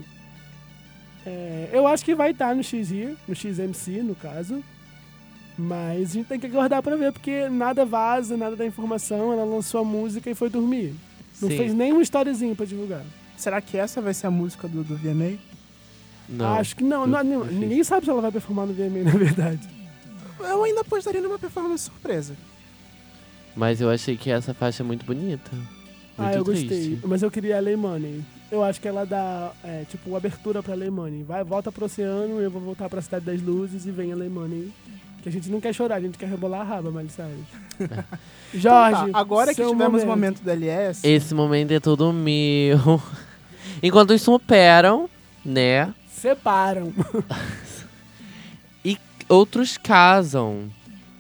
Speaker 1: É, eu acho que vai estar no X Here, no XMC, no caso. Mas a gente tem que aguardar para ver, porque nada vaza, nada da informação. Ela lançou a música e foi dormir. Não
Speaker 2: Sim.
Speaker 1: fez nenhum storyzinho para divulgar.
Speaker 3: Será que essa vai ser a música do, do VMA?
Speaker 2: Não.
Speaker 1: Acho que não, não, não, Ninguém sabe se ela vai performar no VMA, na verdade.
Speaker 3: Eu ainda apostaria numa performance surpresa.
Speaker 2: Mas eu achei que essa faixa é muito bonita.
Speaker 1: ah,
Speaker 2: Muito
Speaker 1: eu
Speaker 2: triste.
Speaker 1: gostei. Mas eu queria a Lei Money. Eu acho que ela dá, é, tipo, abertura pra Lei Money. Vai, volta pro oceano, eu vou voltar pra Cidade das Luzes e vem a Lei Money. Que a gente não quer chorar, a gente quer rebolar a raba, Miley Cyrus.
Speaker 2: É.
Speaker 1: Jorge,
Speaker 3: Então tá, agora que
Speaker 1: seu
Speaker 3: tivemos o momento do LS,
Speaker 2: Esse momento é todo meu. Enquanto isso operam, né?
Speaker 1: Separam.
Speaker 2: outros casam.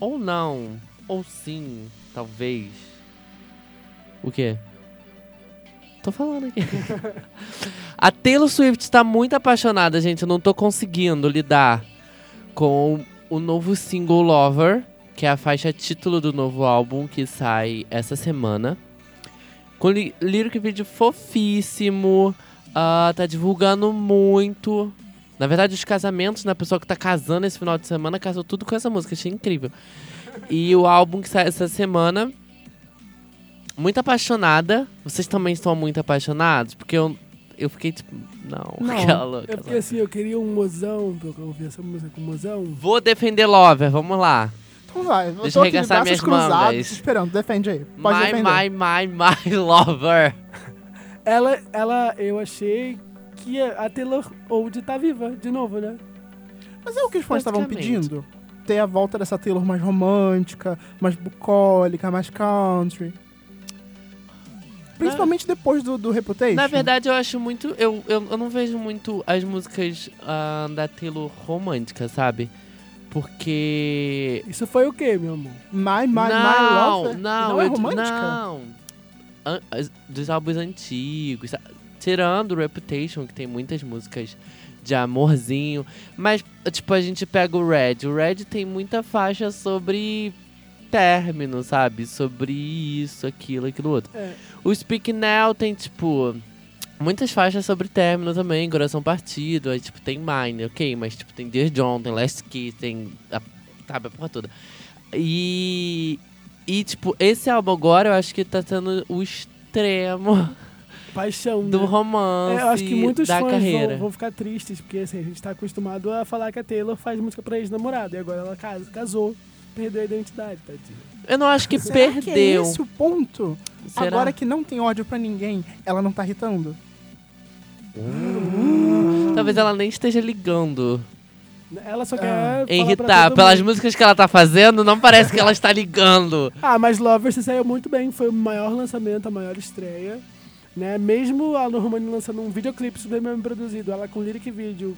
Speaker 2: Ou não. Ou sim, talvez. O quê? Tô falando aqui. a Taylor Swift tá muito apaixonada, gente. Eu não tô conseguindo lidar com o novo single Lover, que é a faixa título do novo álbum que sai essa semana. Com li lyric vídeo fofíssimo. ah, tá divulgando muito. Na verdade, os casamentos, na pessoa que tá casando esse final de semana, casou tudo com essa música. Achei incrível. E o álbum que sai essa semana muito apaixonada. Vocês também estão muito apaixonados? Porque eu, eu fiquei tipo, não,
Speaker 3: Não,
Speaker 2: aquela louca.
Speaker 1: Eu fiquei assim, eu queria um mozão, pra eu ouvir essa música com um mozão.
Speaker 2: Vou defender Lover, vamos lá.
Speaker 3: Então vai, eu
Speaker 2: Deixa
Speaker 3: tô
Speaker 2: eu
Speaker 3: aqui de
Speaker 2: arregaçar minhas
Speaker 3: braços
Speaker 2: é mangas.
Speaker 3: cruzados, te esperando. Defende aí. Pode
Speaker 2: my, my,
Speaker 3: defender.
Speaker 2: my, my Lover.
Speaker 1: Ela, ela, eu achei que a Taylor Old tá viva, de novo, né?
Speaker 3: Mas é o que os fãs estavam
Speaker 2: Praticamente.
Speaker 3: pedindo. Ter a volta dessa Taylor mais romântica, mais bucólica, mais country. Principalmente depois do, do Reputation.
Speaker 2: Na verdade, eu acho muito. Eu, eu, eu não vejo muito as músicas ah, da Taylor romântica, sabe? Porque.
Speaker 1: Isso foi o quê, meu amor?
Speaker 3: My, my, my
Speaker 2: não,
Speaker 3: love.
Speaker 2: não,
Speaker 3: é
Speaker 2: eu-
Speaker 3: romântica?
Speaker 2: Não. An- as- dos álbuns antigos. sa- Tirando Reputation, que tem muitas músicas de amorzinho. Mas, tipo, a gente pega o Red. O Red tem muita faixa sobre término, sabe? Sobre isso, aquilo, aquilo outro.
Speaker 1: É.
Speaker 2: O Speak Now tem, tipo. Muitas faixas sobre término também, coração partido, aí tipo tem Mine, ok, mas tipo tem Dear John, tem Last Kiss, tem. A, sabe, a porra toda. E. E tipo, esse álbum agora eu acho que tá sendo o extremo
Speaker 1: Paixão.
Speaker 2: do
Speaker 1: né?
Speaker 2: romance.
Speaker 1: É, eu acho que muitos
Speaker 2: da
Speaker 1: fãs
Speaker 2: carreira.
Speaker 1: vão, vão ficar tristes, porque assim, a gente tá acostumado a falar que a Taylor faz música pra ex-namorado, e agora ela casa, casou, perdeu a identidade, tadinho.
Speaker 2: Eu não acho que
Speaker 3: Será
Speaker 2: perdeu.
Speaker 3: Que é esse o ponto?
Speaker 2: Será?
Speaker 3: Agora que não tem ódio pra ninguém, ela não tá irritando?
Speaker 2: Talvez ela nem esteja ligando.
Speaker 1: Ela só
Speaker 3: Ah.
Speaker 1: quer. falar pra
Speaker 2: Irritar.
Speaker 1: todo
Speaker 2: Pelas
Speaker 1: mundo.
Speaker 2: músicas que ela tá fazendo, não parece que ela está ligando.
Speaker 1: Ah, mas Lover se saiu muito bem. Foi o maior lançamento, a maior estreia. Né? Mesmo a Normani lançando um videoclipe super bem produzido, ela com lyric vídeo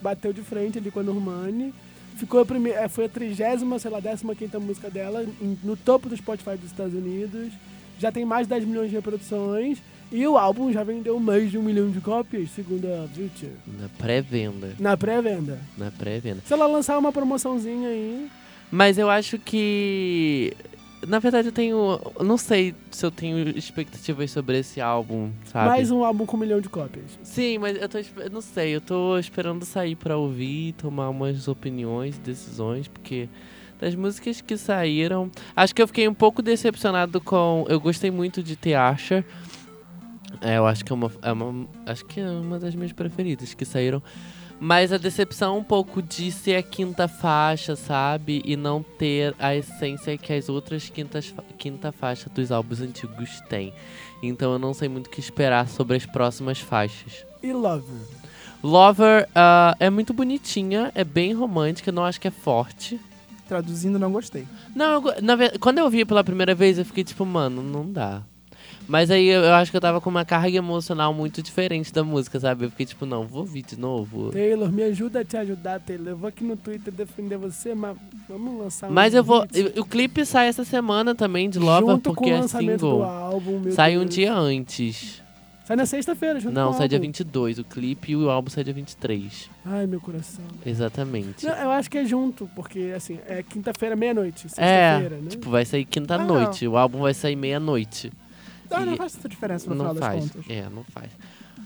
Speaker 1: bateu de frente ali com a Normani. Ficou a primeira, eh, foi a trigésima, sei lá, décima quinta música dela, em- no topo do Spotify dos Estados Unidos. Já tem mais de 10 milhões de reproduções. E o álbum já vendeu mais de um milhão de cópias, segundo a Vulture.
Speaker 2: Na pré-venda.
Speaker 1: Na pré-venda.
Speaker 2: Na pré-venda.
Speaker 1: Se ela lançar uma promoçãozinha aí,
Speaker 2: Mas eu acho que. Na verdade, eu tenho. eu Não sei se eu tenho expectativas sobre esse álbum, sabe?
Speaker 1: mais um álbum com um milhão de cópias.
Speaker 2: Sim, mas eu tô. esp- eu Não sei, eu tô esperando sair pra ouvir, tomar umas opiniões, decisões, porque. Das músicas que saíram. Acho que eu fiquei um pouco decepcionado com. Eu gostei muito de The Archer. É, eu acho que é uma, é uma. Acho que é uma das minhas preferidas que saíram. Mas a decepção um pouco de ser a quinta faixa, sabe? E não ter a essência que as outras quintas, fa- quinta faixa dos álbuns antigos têm. Então eu não sei muito o que esperar sobre as próximas faixas.
Speaker 1: E Lover.
Speaker 2: Lover ah, é muito bonitinha, é bem romântica, não acho que é forte.
Speaker 3: Traduzindo, não gostei.
Speaker 2: Não, eu go- na ve- quando eu vi pela primeira vez, eu fiquei tipo, mano, não dá. Mas aí eu, eu acho que eu tava com uma carga emocional muito diferente da música, sabe? Eu fiquei tipo, não, vou ouvir de novo.
Speaker 1: Taylor, me ajuda a te ajudar, Taylor. Eu vou aqui no Twitter defender você, mas vamos lançar um
Speaker 2: Mas eu vou.
Speaker 1: hit
Speaker 2: O clipe sai essa semana também de Lover,
Speaker 1: junto
Speaker 2: porque
Speaker 1: com o
Speaker 2: é
Speaker 1: lançamento do
Speaker 2: single.
Speaker 1: álbum. meu
Speaker 2: Sai um
Speaker 1: Deus.
Speaker 2: dia antes.
Speaker 1: Sai na sexta-feira, junto com
Speaker 2: Não,
Speaker 1: o
Speaker 2: sai dia
Speaker 1: álbum.
Speaker 2: 22. O clipe e o álbum sai dia 23.
Speaker 1: Ai, meu coração.
Speaker 2: Exatamente.
Speaker 1: Não, eu acho que é junto, porque assim, é quinta-feira, meia-noite,
Speaker 2: É,
Speaker 1: sexta-feira, né?
Speaker 2: tipo, vai sair
Speaker 3: Ah,
Speaker 2: quinta-noite. O álbum vai sair meia-noite.
Speaker 3: Ah, não
Speaker 2: E-
Speaker 3: faz tanta diferença no
Speaker 2: Não
Speaker 3: final
Speaker 2: faz.
Speaker 3: das contas.
Speaker 2: É, não faz.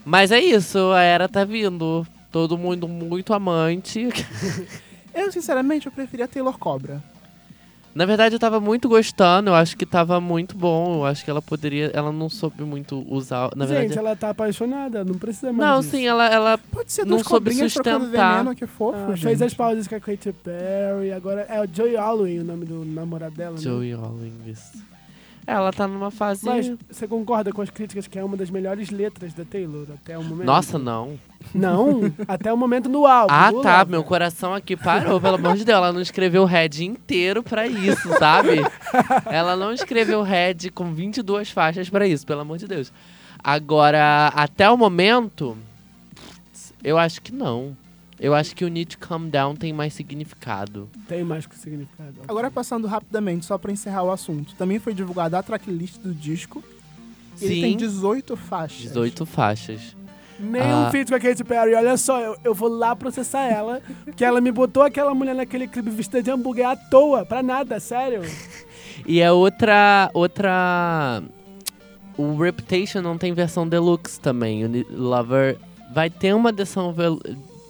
Speaker 2: Mas é isso, a era tá vindo. Todo mundo muito amante.
Speaker 3: Eu, sinceramente, eu preferia Taylor Cobra.
Speaker 2: Na verdade, eu tava muito gostando, eu acho que tava muito bom. Eu acho que ela poderia. Ela não soube muito usar. Na
Speaker 1: Gente,
Speaker 2: verdade. é-
Speaker 1: ela tá apaixonada, não precisa mais
Speaker 2: Não,
Speaker 1: disso.
Speaker 2: sim, é ela, ela.
Speaker 3: Pode ser
Speaker 2: Não
Speaker 3: duas
Speaker 2: soube
Speaker 3: cobrinhas trocando
Speaker 2: sustentar.
Speaker 3: veneno, que fofo,
Speaker 1: Ah,
Speaker 3: gente.
Speaker 1: fez as pausas com a Katy Perry, agora é o Joey Alwyn o nome do namorado dela, né?
Speaker 2: Joey Owings. Ela tá numa fase.
Speaker 1: Mas você concorda com as críticas que é uma das melhores letras da Taylor até o momento?
Speaker 2: Nossa, não.
Speaker 1: Não, até o momento no álbum.
Speaker 2: Ah,
Speaker 1: no
Speaker 2: tá.
Speaker 1: Lover.
Speaker 2: Meu coração aqui parou, pelo amor de Deus. Ela não escreveu head inteiro pra isso, sabe? Ela não escreveu head com 22 faixas pra isso, pelo amor de Deus. Agora, até o momento, eu acho que não. Eu acho que o Need to Calm Down tem mais significado.
Speaker 1: Tem mais que significado.
Speaker 3: Agora passando rapidamente, só pra encerrar o assunto. Também foi divulgada a tracklist do disco Ele tem
Speaker 2: Sim.
Speaker 3: 18 faixas.
Speaker 2: 18 faixas.
Speaker 1: Nem
Speaker 2: Ah.
Speaker 1: um feat com a Katy Perry. Olha só, eu, eu vou lá processar ela. Porque ela me botou aquela mulher naquele clipe vestida de hambúrguer à toa. Pra nada, sério.
Speaker 2: E é outra. outra. O Reputation não tem versão deluxe também. O Ni- Lover vai ter uma versão. vel-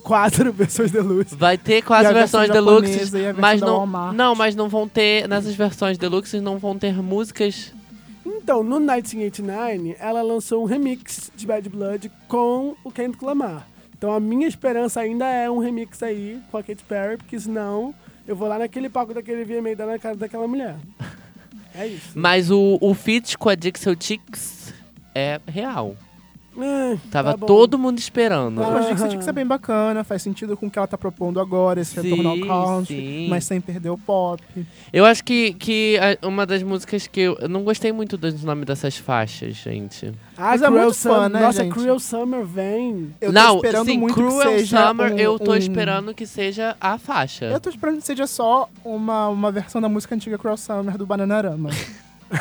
Speaker 1: Quatro versões de luz.
Speaker 2: Vai ter
Speaker 3: E
Speaker 2: quase
Speaker 3: a versão
Speaker 2: versões
Speaker 3: japonesa
Speaker 2: deluxe.
Speaker 3: e a versão
Speaker 2: Mas
Speaker 3: da
Speaker 2: não,
Speaker 3: Walmart.
Speaker 2: não, mas não vão ter. Nessas versões deluxe não vão ter músicas.
Speaker 1: Então, no 1989, ela lançou um remix de Bad Blood com o Kendrick Lamar. Então, a minha esperança ainda é um remix aí com a Katy Perry, porque senão eu vou lá naquele palco daquele VMA e dar na cara daquela mulher. É isso.
Speaker 2: Mas o, o feat com a Dixel Chicks é real.
Speaker 1: Ah,
Speaker 2: Tava
Speaker 1: tá bom.
Speaker 2: todo mundo esperando.
Speaker 3: Não,
Speaker 1: Ah,
Speaker 3: mas Dixie Chicks é bem bacana, faz sentido com o que ela tá propondo agora, esse
Speaker 2: Sim,
Speaker 3: retorno ao country,
Speaker 2: sim.
Speaker 3: mas sem perder o pop.
Speaker 2: Eu acho que, que a- uma das músicas que eu, eu não gostei muito dos nomes dessas faixas, gente.
Speaker 1: Ah,
Speaker 3: Mas é
Speaker 1: Cruel
Speaker 3: muito fã,
Speaker 1: Summer.
Speaker 3: né,
Speaker 1: Nossa,
Speaker 3: gente?
Speaker 1: Cruel Summer vem.
Speaker 3: Eu
Speaker 2: não,
Speaker 3: tô esperando
Speaker 2: sim,
Speaker 3: muito
Speaker 2: Cruel
Speaker 3: que seja
Speaker 2: Summer,
Speaker 3: um-
Speaker 2: eu tô
Speaker 3: um-
Speaker 2: esperando que seja a faixa.
Speaker 3: Eu tô esperando que seja só uma, uma versão da música antiga Cruel Summer do Bananarama.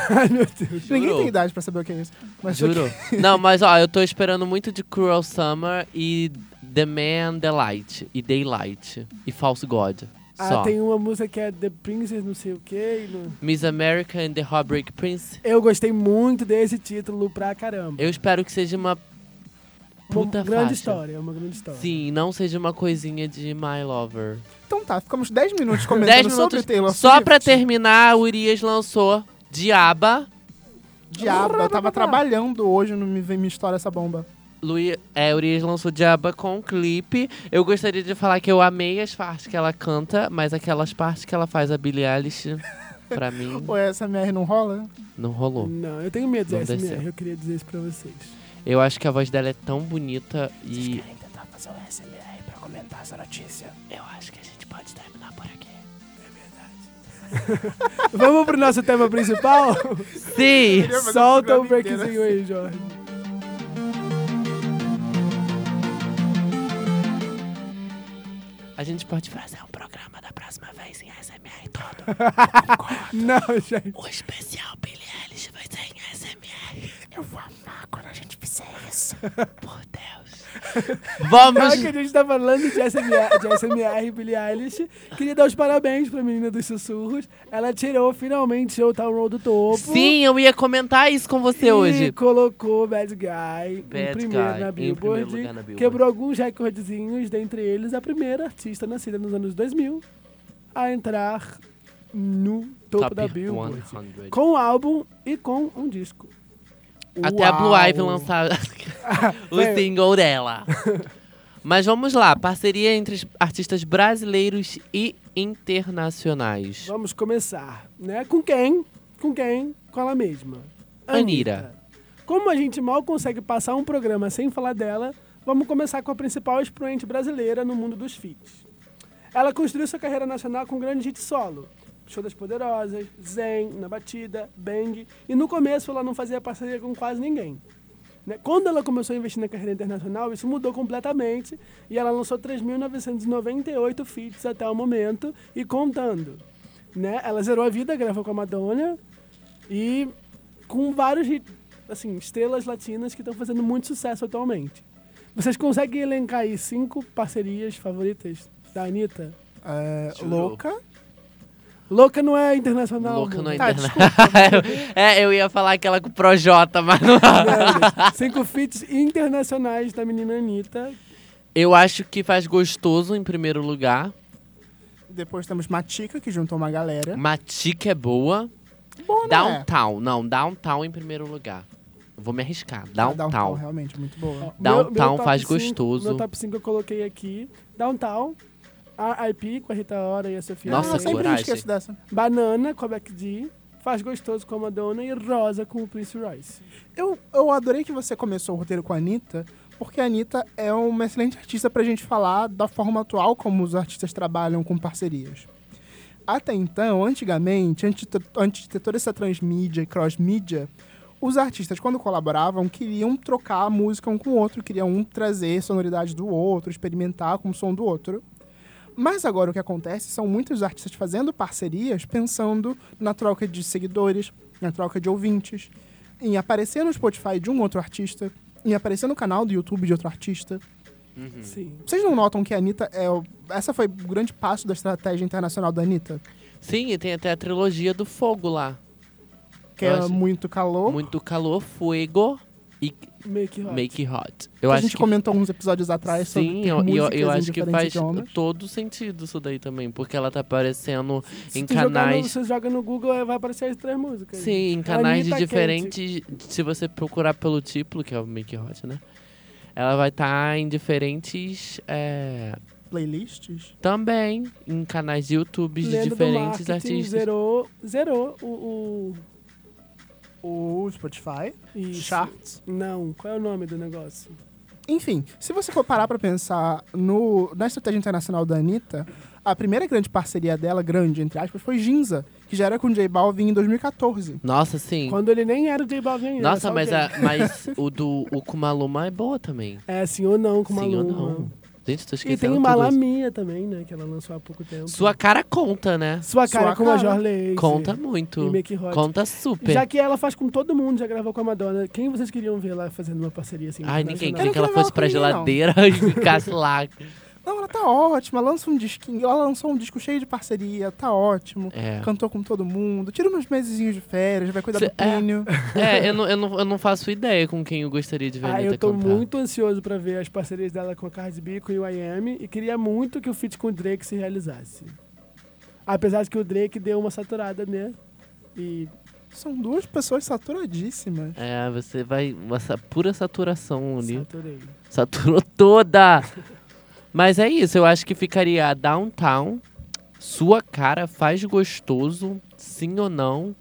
Speaker 1: Ai, meu Deus.
Speaker 3: Ninguém
Speaker 2: Jurou?
Speaker 3: tem idade pra saber o que é isso. Mas
Speaker 2: Juro. não, mas ó, eu tô esperando muito de Cruel Summer e The Man, The Light, e Daylight, e False God.
Speaker 1: Ah,
Speaker 2: só.
Speaker 1: tem uma música que é The Princess, não sei o quê. e não-
Speaker 2: Miss America and The Heartbreak Prince.
Speaker 1: Eu gostei muito desse título pra caramba.
Speaker 2: Eu espero que seja uma puta
Speaker 1: uma grande
Speaker 2: faixa.
Speaker 1: história, é uma grande história.
Speaker 2: Sim, não seja uma coisinha de My Lover.
Speaker 3: Então tá, ficamos 10 minutos comentando
Speaker 2: 10
Speaker 3: sobre
Speaker 2: minutos.
Speaker 3: Taylor
Speaker 2: Só
Speaker 3: Swift.
Speaker 2: pra terminar, o Urias lançou Diaba.
Speaker 3: Diabo, eu tava trabalhando hoje, não me vem me história essa bomba.
Speaker 2: Lui, é, Urias lançou Diaba com um clipe. Eu gostaria de falar que eu amei as partes que ela canta, mas aquelas partes que ela faz a Billie Eilish, pra mim,
Speaker 3: Ou essa MR não rola?
Speaker 2: não rolou.
Speaker 1: Não, eu tenho medo de
Speaker 2: Não
Speaker 1: SMR,
Speaker 2: desceu.
Speaker 1: eu queria dizer isso pra vocês.
Speaker 2: Eu acho que a voz dela é tão bonita e
Speaker 1: Querem tentar fazer um SMR pra comentar essa notícia?
Speaker 2: eu acho que a gente pode terminar por aqui.
Speaker 1: Vamos pro nosso tema principal?
Speaker 2: Sim!
Speaker 3: fazer
Speaker 1: Solta
Speaker 3: esse
Speaker 1: o
Speaker 3: programa inteiro
Speaker 1: breakzinho aí, Jorge.
Speaker 2: A gente pode fazer um programa da próxima vez em SMR todo.
Speaker 1: Não, gente.
Speaker 2: O especial Billie Eilish vai ser em SMR. Eu vou amar quando a gente fizer isso. Por Deus.
Speaker 1: Já
Speaker 2: Vamos.
Speaker 1: que a gente tá falando de SMR, de SMR Billie Eilish, queria dar os parabéns pra menina dos sussurros. Ela tirou finalmente o Town Road do topo.
Speaker 2: Sim, eu ia comentar isso com você
Speaker 1: e
Speaker 2: hoje.
Speaker 1: colocou Bad Guy
Speaker 2: Bad
Speaker 1: em primeiro
Speaker 2: Guy,
Speaker 1: na
Speaker 2: em
Speaker 1: Billboard.
Speaker 2: primeiro lugar na Billboard.
Speaker 1: Quebrou alguns recordezinhos, dentre eles a primeira artista nascida nos anos 2000 a entrar no topo
Speaker 2: Top
Speaker 1: da Billboard.
Speaker 2: 100.
Speaker 1: Com um álbum e com um disco.
Speaker 2: Até a Blue Ivy lançar o
Speaker 1: Foi-
Speaker 2: single dela. Mas vamos lá, parceria entre os artistas brasileiros e internacionais.
Speaker 1: Vamos começar, né? Com quem? Com quem? Com ela mesma.
Speaker 2: Anira.
Speaker 1: Como a gente mal consegue passar um programa sem falar dela, vamos começar com a principal expoente brasileira no mundo dos feats. Ela construiu sua carreira nacional com grandes hits solo. Show das Poderosas, Zen, Na Batida, Bang. E no começo ela não fazia parceria com quase ninguém. Né? Quando ela começou a investir na carreira internacional, isso mudou completamente e ela lançou 3.998 feats até o momento e contando. Né? Ela zerou a vida, gravou com a Madonna e com vários hit- assim, estrelas latinas que estão fazendo muito sucesso atualmente. Vocês conseguem elencar aí cinco parcerias favoritas da Anitta?
Speaker 3: É,
Speaker 2: Jurou.
Speaker 3: louca.
Speaker 1: Louca não é internacional.
Speaker 2: Louca não é
Speaker 3: Tá,
Speaker 2: internacional. é, eu ia falar aquela com o Projota, mas não.
Speaker 1: internacional. Cinco feats internacionais da menina Anitta.
Speaker 2: Eu acho que faz gostoso em primeiro lugar.
Speaker 3: Depois temos Matica, que juntou uma galera.
Speaker 2: Matica é boa.
Speaker 3: Boa, né?
Speaker 2: Downtown, não, Downtown em primeiro lugar. Vou me arriscar.
Speaker 3: Ah, Downtown,
Speaker 2: Downtown.
Speaker 3: realmente, muito boa.
Speaker 2: Downtown
Speaker 1: top
Speaker 2: faz
Speaker 1: cinco-
Speaker 2: gostoso.
Speaker 1: Meu top 5 eu coloquei aqui. Downtown, RIP com a Rita Ora e a Sofia
Speaker 2: Nossa,
Speaker 3: ah, eu
Speaker 1: Loren.
Speaker 3: sempre me
Speaker 2: coragem.
Speaker 3: esqueço dessa.
Speaker 1: Banana com a Beck D. Faz gostoso com a Madonna e Rosa com o Prince Royce.
Speaker 3: Eu, eu adorei que você começou o roteiro com a Anitta, porque a Anitta é uma excelente artista pra gente falar da forma atual como os artistas trabalham com parcerias. Até então, antigamente, antes de to- antes de ter toda essa transmídia e cross-mídia, os artistas, quando colaboravam, queriam trocar a música um com o outro, queriam um trazer sonoridade do outro, experimentar com o som do outro. Mas agora o que acontece são muitos artistas fazendo parcerias pensando na troca de seguidores, na troca de ouvintes, em aparecer no Spotify de um outro artista, em aparecer no canal do YouTube de outro artista.
Speaker 2: Hum.
Speaker 1: Sim.
Speaker 3: Vocês não notam que a Anitta é. o- Essa foi o grande passo da estratégia internacional da Anitta?
Speaker 2: Sim, e tem até a trilogia do fogo lá.
Speaker 3: Que é
Speaker 2: Eu acho-
Speaker 3: muito calor.
Speaker 2: Muito calor, fuego e
Speaker 1: Make rock.
Speaker 2: make hot. Eu
Speaker 3: a
Speaker 2: acho
Speaker 3: gente
Speaker 2: que
Speaker 3: comentou alguns episódios atrás
Speaker 2: Sim, eu,
Speaker 3: sobre
Speaker 2: eu- eu,
Speaker 3: músicas em
Speaker 2: acho que
Speaker 3: diferentes
Speaker 2: faz
Speaker 3: idiomas.
Speaker 2: todo sentido isso daí também, porque ela tá aparecendo
Speaker 1: Se
Speaker 2: em
Speaker 1: tu jogar no-
Speaker 2: canais.
Speaker 1: se você joga no Google, é, vai aparecer as três músicas.
Speaker 2: Sim, em canais de
Speaker 1: Anitta
Speaker 2: diferentes. Se você procurar pelo título, que é o Make Hot, né? Ela vai estar em diferentes. é,
Speaker 3: Playlists?
Speaker 2: também em canais de YouTube de
Speaker 1: Leandro do
Speaker 2: diferentes
Speaker 1: Marketing
Speaker 2: artistas.
Speaker 1: Zerou, zerou o. o
Speaker 3: O Spotify?
Speaker 1: isso.
Speaker 3: Charts?
Speaker 1: Não, qual é o nome do negócio?
Speaker 3: Enfim, se você for parar pra pensar no, na estratégia internacional da Anitta, a primeira grande parceria dela, grande, entre aspas, foi Ginza, que já era com J Balvin em 2014.
Speaker 2: Nossa, sim.
Speaker 1: Quando ele nem era o J Balvin ainda.
Speaker 2: Nossa,
Speaker 1: só
Speaker 2: mas,
Speaker 1: o J.
Speaker 2: a- mas o do o Kumaluma é boa também.
Speaker 1: É sim ou não, com uma
Speaker 2: sim ou
Speaker 1: Luma.
Speaker 2: não. Gente,
Speaker 1: E
Speaker 2: tô esquecendo.
Speaker 1: tem
Speaker 2: tudo
Speaker 1: Mala
Speaker 2: isso.
Speaker 1: Minha também, né? Que ela lançou há pouco tempo.
Speaker 2: Sua cara conta, né?
Speaker 1: Sua cara é
Speaker 3: Sua
Speaker 1: com o Major
Speaker 3: cara.
Speaker 1: Lace.
Speaker 2: Conta
Speaker 1: E
Speaker 2: muito.
Speaker 1: Make Hot.
Speaker 2: Conta super.
Speaker 1: Já que ela faz com todo mundo, já gravou com a Madonna. Quem vocês queriam ver lá fazendo uma parceria assim?
Speaker 2: Ai, ninguém
Speaker 1: internacional?
Speaker 2: queria
Speaker 3: não
Speaker 2: que ela
Speaker 3: quero
Speaker 2: fosse
Speaker 3: falar
Speaker 2: pra
Speaker 3: com ninguém, não.
Speaker 2: geladeira e ficasse lá.
Speaker 3: Não, ela tá ótima, lança um disquinho, ela lançou um disco cheio de parceria, tá ótimo.
Speaker 2: É.
Speaker 3: Cantou com todo mundo, tira uns mesezinhos de férias, vai cuidar
Speaker 2: Cê-
Speaker 3: do Plínio.
Speaker 2: É, eu não, eu, não, eu não faço ideia com quem eu gostaria de ver
Speaker 1: Ah,
Speaker 2: a
Speaker 1: eu
Speaker 2: Anitta
Speaker 1: tô
Speaker 2: cantar.
Speaker 1: muito ansioso pra ver as parcerias dela com a Cardi B, com o IM e queria muito que o feat com o Drake se realizasse. Apesar de que o Drake deu uma saturada, né? E
Speaker 3: São duas pessoas saturadíssimas.
Speaker 2: É, você vai... Uma sa- pura saturação ali.
Speaker 1: saturei.
Speaker 2: Saturou toda! Mas é isso, eu acho que ficaria a Downtown, sua cara, faz gostoso, sim ou não.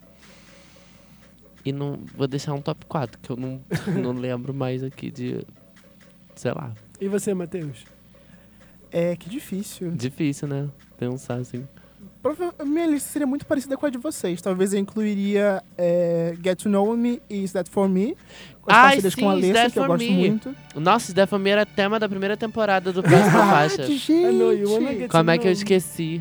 Speaker 2: E não vou deixar um top 4, que eu não, não lembro mais aqui de... Sei lá,
Speaker 1: E você, Matheus?
Speaker 3: É, que difícil.
Speaker 2: difícil, né? Pensar assim.
Speaker 3: Prova- Minha lista seria muito parecida com a de vocês. Talvez eu incluiria é, Get to Know Me e Is That For Me. Com as
Speaker 2: Ai,
Speaker 3: parcerias
Speaker 2: sim,
Speaker 3: com a
Speaker 2: Is
Speaker 3: Alessa,
Speaker 2: That
Speaker 3: que eu
Speaker 2: For
Speaker 3: gosto
Speaker 2: Me.
Speaker 3: muito.
Speaker 2: Nossa, isso daí foi era tema da primeira temporada do Festa
Speaker 3: Ah,
Speaker 2: Faixa.
Speaker 3: Verdade,
Speaker 1: I know you wanna
Speaker 3: gente.
Speaker 1: get
Speaker 2: Como é que
Speaker 1: to know.
Speaker 2: eu esqueci?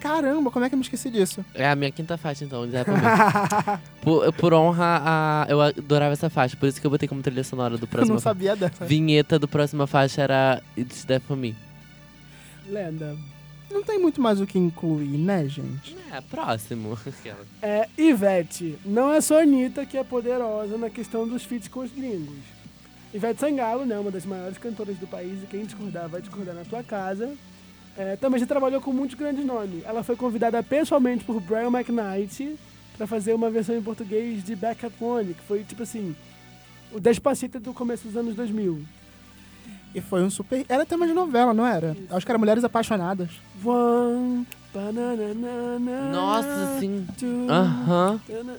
Speaker 3: Caramba, como é que eu me esqueci disso?
Speaker 2: É a minha quinta faixa, então, Zé Palmeira. por, por honra, a, eu adorava essa faixa, por isso que eu botei como trilha sonora do
Speaker 3: Eu
Speaker 2: próximo.
Speaker 3: não sabia dessa.
Speaker 2: Vinheta do próxima faixa era It's Death For Me.
Speaker 1: Lenda.
Speaker 3: Não tem muito mais o que incluir, né, gente?
Speaker 2: É, próximo. Aquela.
Speaker 1: É, Ivete, não é só a Anitta que é poderosa na questão dos feats com os gringos. Ivete Sangalo, né, uma das maiores cantoras do país, e quem discordar vai discordar na tua casa. É, também já trabalhou com muitos grandes nomes. Ela foi convidada pessoalmente por Brian McKnight para fazer uma versão em português de Back at One, que foi tipo assim, o Despacito do começo dos anos 2000.
Speaker 3: E foi um super... Era tema de novela, não era? Acho que era Mulheres Apaixonadas.
Speaker 1: One, bananana,
Speaker 2: Nossa, sim.
Speaker 1: two,
Speaker 2: Aham,
Speaker 1: tana-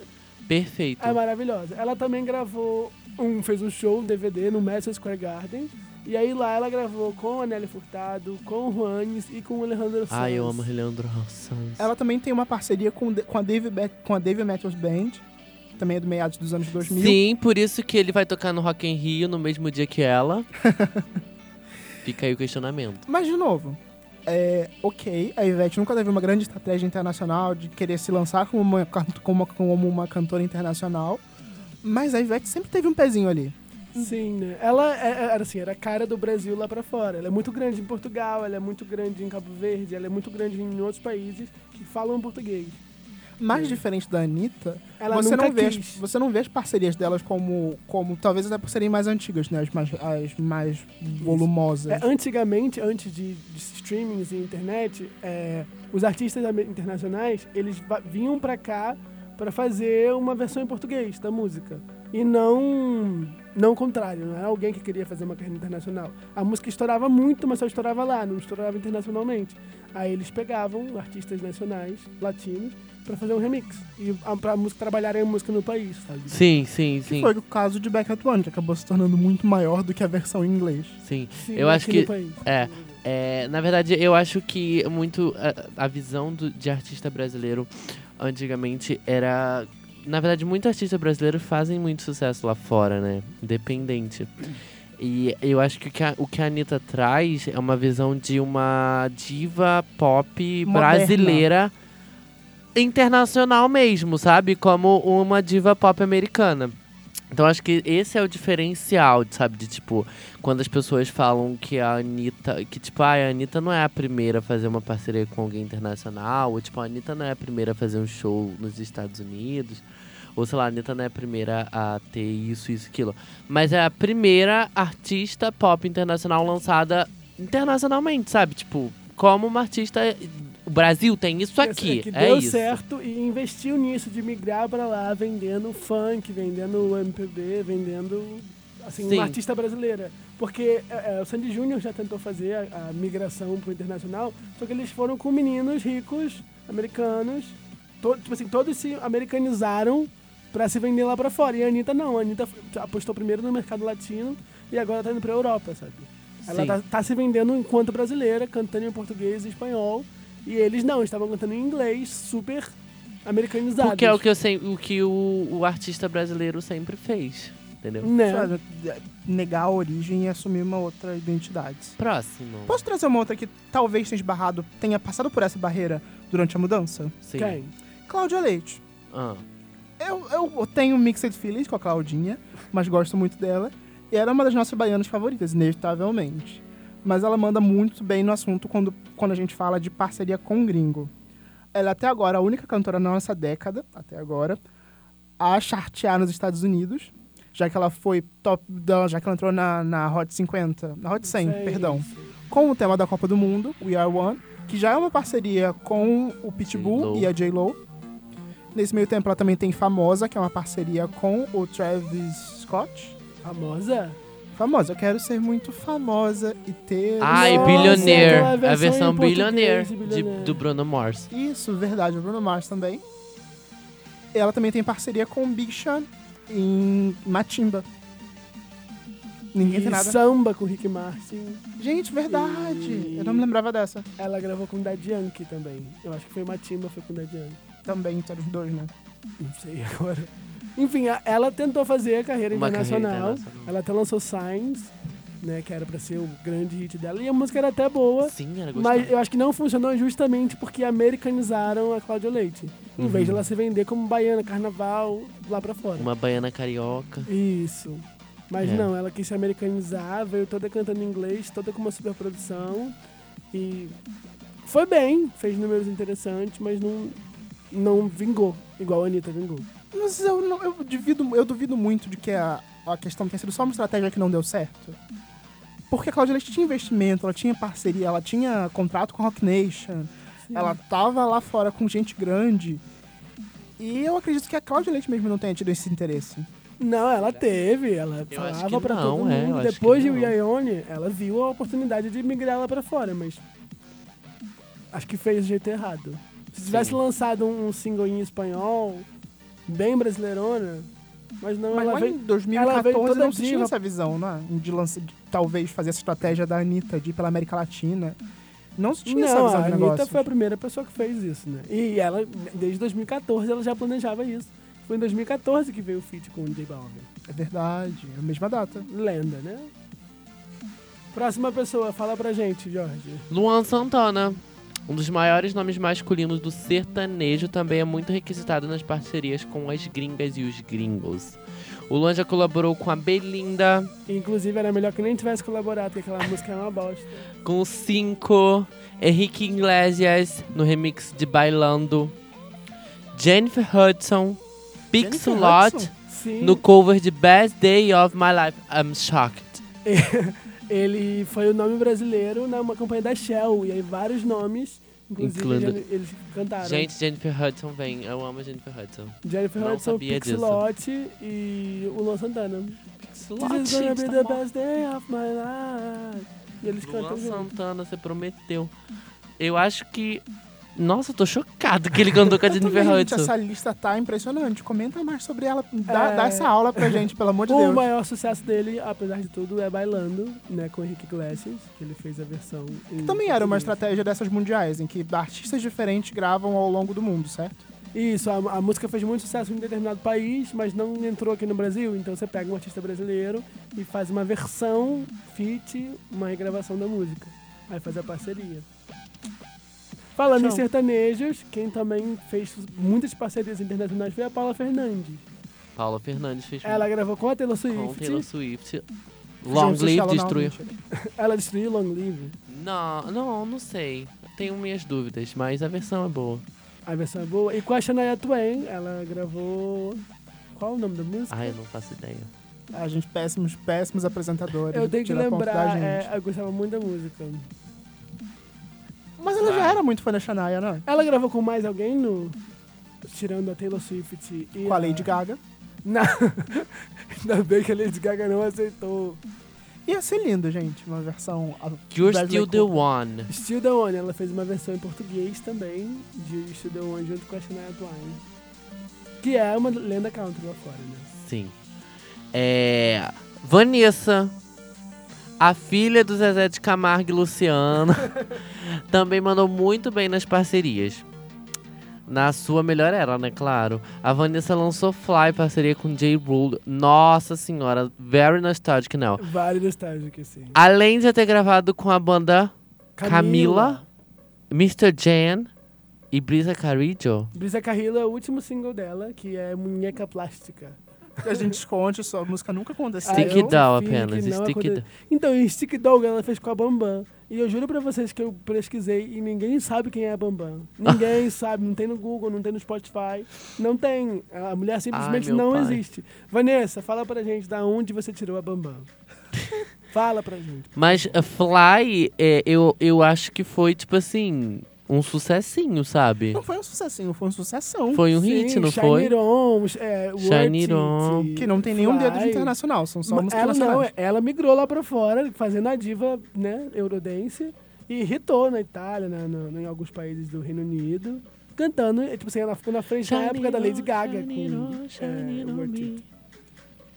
Speaker 2: perfeito.
Speaker 1: É maravilhosa. Ela também gravou um, fez um show, um DVD no Madison Square Garden. E aí lá ela gravou com a Nelly Furtado, com o Juanes e com o Alejandro Sanz.
Speaker 2: Ai, Ah, eu amo Leandro Sanz.
Speaker 3: Ela é também tem uma parceria com, de- com a Dave, Be- com a Dave Matthews Band. Também é do meados dos anos 2000.
Speaker 2: Sim, por isso que ele vai tocar no Rock in Rio no mesmo dia que ela. Fica aí o questionamento.
Speaker 3: Mas, de novo, é, ok, a Ivete nunca teve uma grande estratégia internacional de querer se lançar como uma, can- como, uma- como uma cantora internacional, mas a Ivete sempre teve um pezinho ali.
Speaker 1: Sim, né? Ela é- é- era assim, era a cara do Brasil lá pra fora. Ela é muito grande em Portugal, ela é muito grande em Cabo Verde, ela é muito grande em outros países que falam português.
Speaker 3: Mais diferente da Anitta,
Speaker 1: Ela
Speaker 3: você,
Speaker 1: nunca
Speaker 3: não vê as,
Speaker 1: quis.
Speaker 3: você não vê as parcerias delas como, como talvez até por serem mais antigas, né? As mais, as mais volumosas.
Speaker 1: É, antigamente, antes de, de streamings e internet, é, os artistas ame- internacionais, eles va- vinham pra cá pra fazer uma versão em português da música. E não, não o contrário, não era alguém que queria fazer uma carreira internacional. A música estourava muito, mas só estourava lá, não estourava internacionalmente. Aí eles pegavam artistas nacionais, latinos, pra fazer um remix. E a, pra música trabalharem a música no país, sabe?
Speaker 2: Sim, sim, sim.
Speaker 3: Foi o caso de Back at One, que acabou se tornando muito maior do que a versão em inglês.
Speaker 2: Sim.
Speaker 1: Sim,
Speaker 2: Eu acho
Speaker 1: aqui no
Speaker 2: que-
Speaker 1: país.
Speaker 2: É, é, na verdade, eu acho que muito a, a visão do- de artista brasileiro antigamente era. Na verdade, muito artista brasileiro fazem muito sucesso lá fora, né? Independente. E eu acho que o que a, o que a Anitta traz é uma visão de uma diva pop
Speaker 3: Moderna.
Speaker 2: brasileira internacional mesmo, sabe? Como uma diva pop americana. Então acho que esse é o diferencial, sabe? De tipo, quando as pessoas falam que a Anitta. Que tipo, ah, a Anitta não é a primeira a fazer uma parceria com alguém internacional. Ou tipo, a Anitta não é a primeira a fazer um show nos Estados Unidos. Ou sei lá, a Anitta não é a primeira a ter isso, isso, aquilo. Mas é a primeira artista pop internacional lançada internacionalmente, sabe? Tipo, como uma artista. O Brasil tem isso aqui.
Speaker 1: que
Speaker 2: é
Speaker 1: deu
Speaker 2: isso.
Speaker 1: certo e investiu nisso, de migrar pra lá, vendendo funk, vendendo MPB, vendendo, assim,
Speaker 2: Sim.
Speaker 1: uma artista brasileira. Porque é, é, o Sandy Júnior já tentou fazer a, a migração pro internacional, só que eles foram com meninos ricos, americanos, to, tipo assim, todos se americanizaram pra se vender lá pra fora. E a Anitta não, a Anitta f- apostou primeiro no mercado latino e agora tá indo pra Europa, sabe? Ela
Speaker 2: Sim.
Speaker 1: tá, tá se vendendo enquanto brasileira, cantando em português e espanhol. E eles não, estavam cantando em inglês, super americanizados.
Speaker 2: Porque é o que, eu sei, o, que o, o artista brasileiro sempre fez, entendeu?
Speaker 1: Né?
Speaker 3: Sabe, negar a origem e assumir uma outra identidade.
Speaker 2: Próximo.
Speaker 3: Posso trazer uma outra que talvez tenha esbarrado, tenha passado por essa barreira durante a mudança?
Speaker 2: Sim.
Speaker 1: Quem?
Speaker 3: Cláudia Leite.
Speaker 2: Ah.
Speaker 3: Eu, eu tenho mixed feelings com a Claudinha, mas gosto muito dela. E ela é uma das nossas baianas favoritas, inevitavelmente. Mas ela manda muito bem no assunto quando, quando a gente fala de parceria com gringo. Ela é até agora a única cantora na nossa década, até agora, a chartear nos Estados Unidos, já que ela foi top, da- já que ela entrou na, na Hot 50, na Hot 100,
Speaker 1: Sei.
Speaker 3: perdão, com o tema da Copa do Mundo, We Are One, que já é uma parceria com o Pitbull
Speaker 2: J.Lo.
Speaker 3: e a J-Lo. Nesse meio tempo, ela também tem Famosa, que é uma parceria com o Travis Scott.
Speaker 1: Famosa?
Speaker 3: Famosa, eu quero ser muito famosa e ter.
Speaker 2: Ai,
Speaker 1: Nossa,
Speaker 2: Billionaire.
Speaker 1: aquela
Speaker 2: A
Speaker 1: então é versão
Speaker 2: versão
Speaker 1: em português
Speaker 2: Billionaire
Speaker 1: de
Speaker 2: de-
Speaker 1: Billionaire.
Speaker 2: do Bruno Mars.
Speaker 3: Isso, verdade, o Bruno Mars também. Ela também tem parceria com o Big Sean em Matimba. Ninguém tem
Speaker 1: E
Speaker 3: nada.
Speaker 1: samba com o Rick Martin.
Speaker 3: Gente, verdade! Eu não me lembrava dessa.
Speaker 1: Ela gravou com o Daddy Yankee também. Eu acho que foi Matimba, foi com o Daddy Yankee.
Speaker 3: Também, entre os dois, né?
Speaker 1: Não sei agora. Enfim, a- ela tentou fazer a carreira
Speaker 2: Uma carreira
Speaker 1: internacional.
Speaker 2: internacional.
Speaker 1: Ela até lançou Signs, né? Que era pra ser o grande hit dela. E a música era até é boa.
Speaker 2: Sim, é era gostoso.
Speaker 1: Mas eu acho que não funcionou justamente porque americanizaram a Cláudia Leite. Em
Speaker 2: Uhum.
Speaker 1: vez de ela se vender como baiana, carnaval, lá pra fora.
Speaker 2: Uma baiana carioca.
Speaker 1: Isso. Mas
Speaker 2: É.
Speaker 1: não, ela quis se americanizar, veio toda cantando em inglês, toda com uma superprodução. E foi bem, fez números interessantes, mas não, não vingou, igual a Anitta vingou.
Speaker 3: Mas eu, não, eu, duvido, eu duvido muito de que a, a questão tenha sido só uma estratégia que não deu certo. Porque a Cláudia Leite tinha investimento, ela tinha parceria, ela tinha contrato com a Rock Nation, ela tava lá fora com gente grande. E eu acredito que a Cláudia Leite mesmo não tenha tido esse interesse.
Speaker 1: Não, ela teve, ela
Speaker 2: Eu acho
Speaker 1: falava
Speaker 2: que
Speaker 1: pra todo
Speaker 2: não, é, eu
Speaker 1: mundo.
Speaker 2: acho que
Speaker 1: Depois de
Speaker 2: não.
Speaker 1: Ione, ela viu a oportunidade de migrar lá pra fora, mas acho que fez do jeito errado. Se tivesse
Speaker 2: Sim.
Speaker 1: lançado um, um single em espanhol, bem brasileirona, mas não,
Speaker 3: Mas
Speaker 1: ela
Speaker 3: lá
Speaker 1: veio...
Speaker 3: em 2014
Speaker 1: toda
Speaker 3: não se tinha
Speaker 1: diva.
Speaker 3: essa visão, né? De, lance, de talvez fazer essa estratégia da Anitta de ir pela América Latina. Não se tinha essa
Speaker 1: Não,
Speaker 3: visão
Speaker 1: a
Speaker 3: de
Speaker 1: Anitta
Speaker 3: negócio.
Speaker 1: foi a primeira pessoa que fez isso, né? E ela, desde 2014, ela já planejava isso. Foi em 2014 que veio o feat com o J Balvin.
Speaker 3: É verdade, é a mesma data.
Speaker 1: Lenda, né? Próxima pessoa, fala pra gente, Jorge.
Speaker 2: Luan Santana. Um dos maiores nomes masculinos do sertanejo também é muito requisitado nas parcerias com as gringas e os gringos. O Luan já colaborou com a Belinda,
Speaker 1: Inclusive, era melhor que nem tivesse colaborado, porque aquela música é uma bosta.
Speaker 2: com o Cinco, Henrique Iglesias no remix de Bailando, Jennifer Hudson,
Speaker 3: Jennifer
Speaker 2: Pixelot
Speaker 3: Hudson?
Speaker 1: Sim,
Speaker 2: no cover de Best Day of My Life. I'm shocked.
Speaker 1: ele foi o nome brasileiro numa campanha da Shell, e aí vários nomes, inclusive,
Speaker 2: Incluindo-
Speaker 1: ele- eles cantaram.
Speaker 2: Gente, Jennifer Hudson vem. Eu amo a Jennifer Hudson.
Speaker 1: Jennifer
Speaker 2: não
Speaker 1: Hudson,
Speaker 2: sabia disso.
Speaker 1: Pixelote e o Luan Santana. This
Speaker 2: Pixelot,
Speaker 1: is gonna
Speaker 2: gente,
Speaker 1: be
Speaker 2: tá
Speaker 1: the
Speaker 2: mal.
Speaker 1: best day of my life. E eles
Speaker 2: Luan
Speaker 3: tá
Speaker 1: cantam junto.
Speaker 2: Santana, você prometeu. Eu acho que. Nossa, eu tô chocado que ele cantou com a
Speaker 3: Eu
Speaker 2: Jennifer
Speaker 3: também, Tá gente,
Speaker 2: Hudson.
Speaker 3: essa lista tá impressionante. Comenta mais sobre ela. Dá,
Speaker 1: É.
Speaker 3: dá essa aula pra gente, pelo amor de
Speaker 1: O
Speaker 3: Deus.
Speaker 1: maior sucesso dele, apesar de tudo, é Bailando, né, com o Henrique Iglesias, que ele fez a versão em
Speaker 3: Também era uma
Speaker 1: português.
Speaker 3: estratégia dessas mundiais, em que artistas diferentes gravam ao longo do mundo, certo?
Speaker 1: Isso, a, a música fez muito sucesso em determinado país, mas não entrou aqui no Brasil. Então você pega um artista brasileiro e faz uma versão feat, uma regravação da música. Aí faz a parceria. Falando em
Speaker 3: Show.
Speaker 1: sertanejos, quem também fez muitas parcerias internacionais foi a Paula Fernandes.
Speaker 2: Paula Fernandes fez
Speaker 1: Ela gravou com a Taylor Swift.
Speaker 2: com Taylor Swift. Long
Speaker 3: Juntos,
Speaker 2: Live
Speaker 3: Shallow Now,
Speaker 2: Destruir.
Speaker 3: mentira.
Speaker 1: Ela destruiu Long Live.
Speaker 2: Não, não, não sei. Tenho minhas dúvidas, mas a versão é boa.
Speaker 1: A versão é boa. E com a Shania Twain, ela gravou... Qual o nome da música?
Speaker 2: Ai, eu não faço ideia.
Speaker 3: A gente, péssimos, péssimos apresentadores.
Speaker 1: Eu tenho que
Speaker 3: tira ponto da
Speaker 1: lembrar,
Speaker 3: gente.
Speaker 1: é, eu gostava muito da música.
Speaker 3: Mas ela
Speaker 1: Ah.
Speaker 3: já era muito fã da Shania, né?
Speaker 1: Ela gravou com mais alguém no... Tirando a Taylor Swift e
Speaker 3: Com a Lady Gaga.
Speaker 1: Não. Ainda bem que a Lady Gaga não aceitou.
Speaker 3: Ia ser lindo, gente, uma versão... a-
Speaker 2: You're
Speaker 3: Bradley
Speaker 2: Still the
Speaker 3: Cooper.
Speaker 2: One.
Speaker 1: Still the One, ela fez uma versão em português também de Still the One junto com a Shania Twain. Que é uma lenda country lá fora, né?
Speaker 2: Sim. É. Vanessa, a filha do Zezé de Camargo e Luciano, também mandou muito bem nas parcerias. Na sua melhor era, né? Claro. A Vanessa lançou Fly, parceria com J. Rule. Nossa senhora, very nostalgic now.
Speaker 1: Vale nostálgico, assim.
Speaker 2: Além de já ter gravado com a banda Camila, Mr. Jan e Brisa Carillo.
Speaker 1: Brisa Carrillo é o último single dela, que é Munheca Plástica.
Speaker 3: A gente esconde, sua música nunca aconteceu.
Speaker 1: Ah,
Speaker 2: Stick
Speaker 1: eu
Speaker 2: it down
Speaker 1: confio que
Speaker 2: apenas,
Speaker 1: não
Speaker 2: stick it
Speaker 1: aconte-
Speaker 2: down.
Speaker 1: Então, e Stick Dog ela fez com a Bambam. E eu juro pra vocês que eu pesquisei e ninguém sabe quem é a Bambam. Ninguém sabe, não tem no Google, não tem no Spotify, não tem. A mulher simplesmente
Speaker 2: meu
Speaker 1: não
Speaker 2: pai.
Speaker 1: existe. Vanessa, fala pra gente da onde você tirou a Bambam. fala pra gente.
Speaker 2: Mas uh, Fly, é, eu, eu acho que foi, tipo assim, um sucessinho, sabe?
Speaker 3: Não foi um sucessinho, foi um sucessão.
Speaker 2: Foi um
Speaker 1: Sim,
Speaker 2: hit, não
Speaker 1: Shine
Speaker 2: foi?
Speaker 1: It On, é, Worth
Speaker 2: Shine It
Speaker 1: It,
Speaker 2: On.
Speaker 3: Que não tem nenhum dedo de
Speaker 1: Fly.
Speaker 3: internacional, são só
Speaker 1: Ma-
Speaker 3: músicas
Speaker 1: ela não, é-
Speaker 3: nacionais.
Speaker 1: ela migrou lá pra fora, fazendo a diva, né, eurodense, e irritou na Itália, na, na- em alguns países do Reino Unido, cantando, e, tipo assim, ela ficou na frente na época da Lady Gaga com é, Worth It.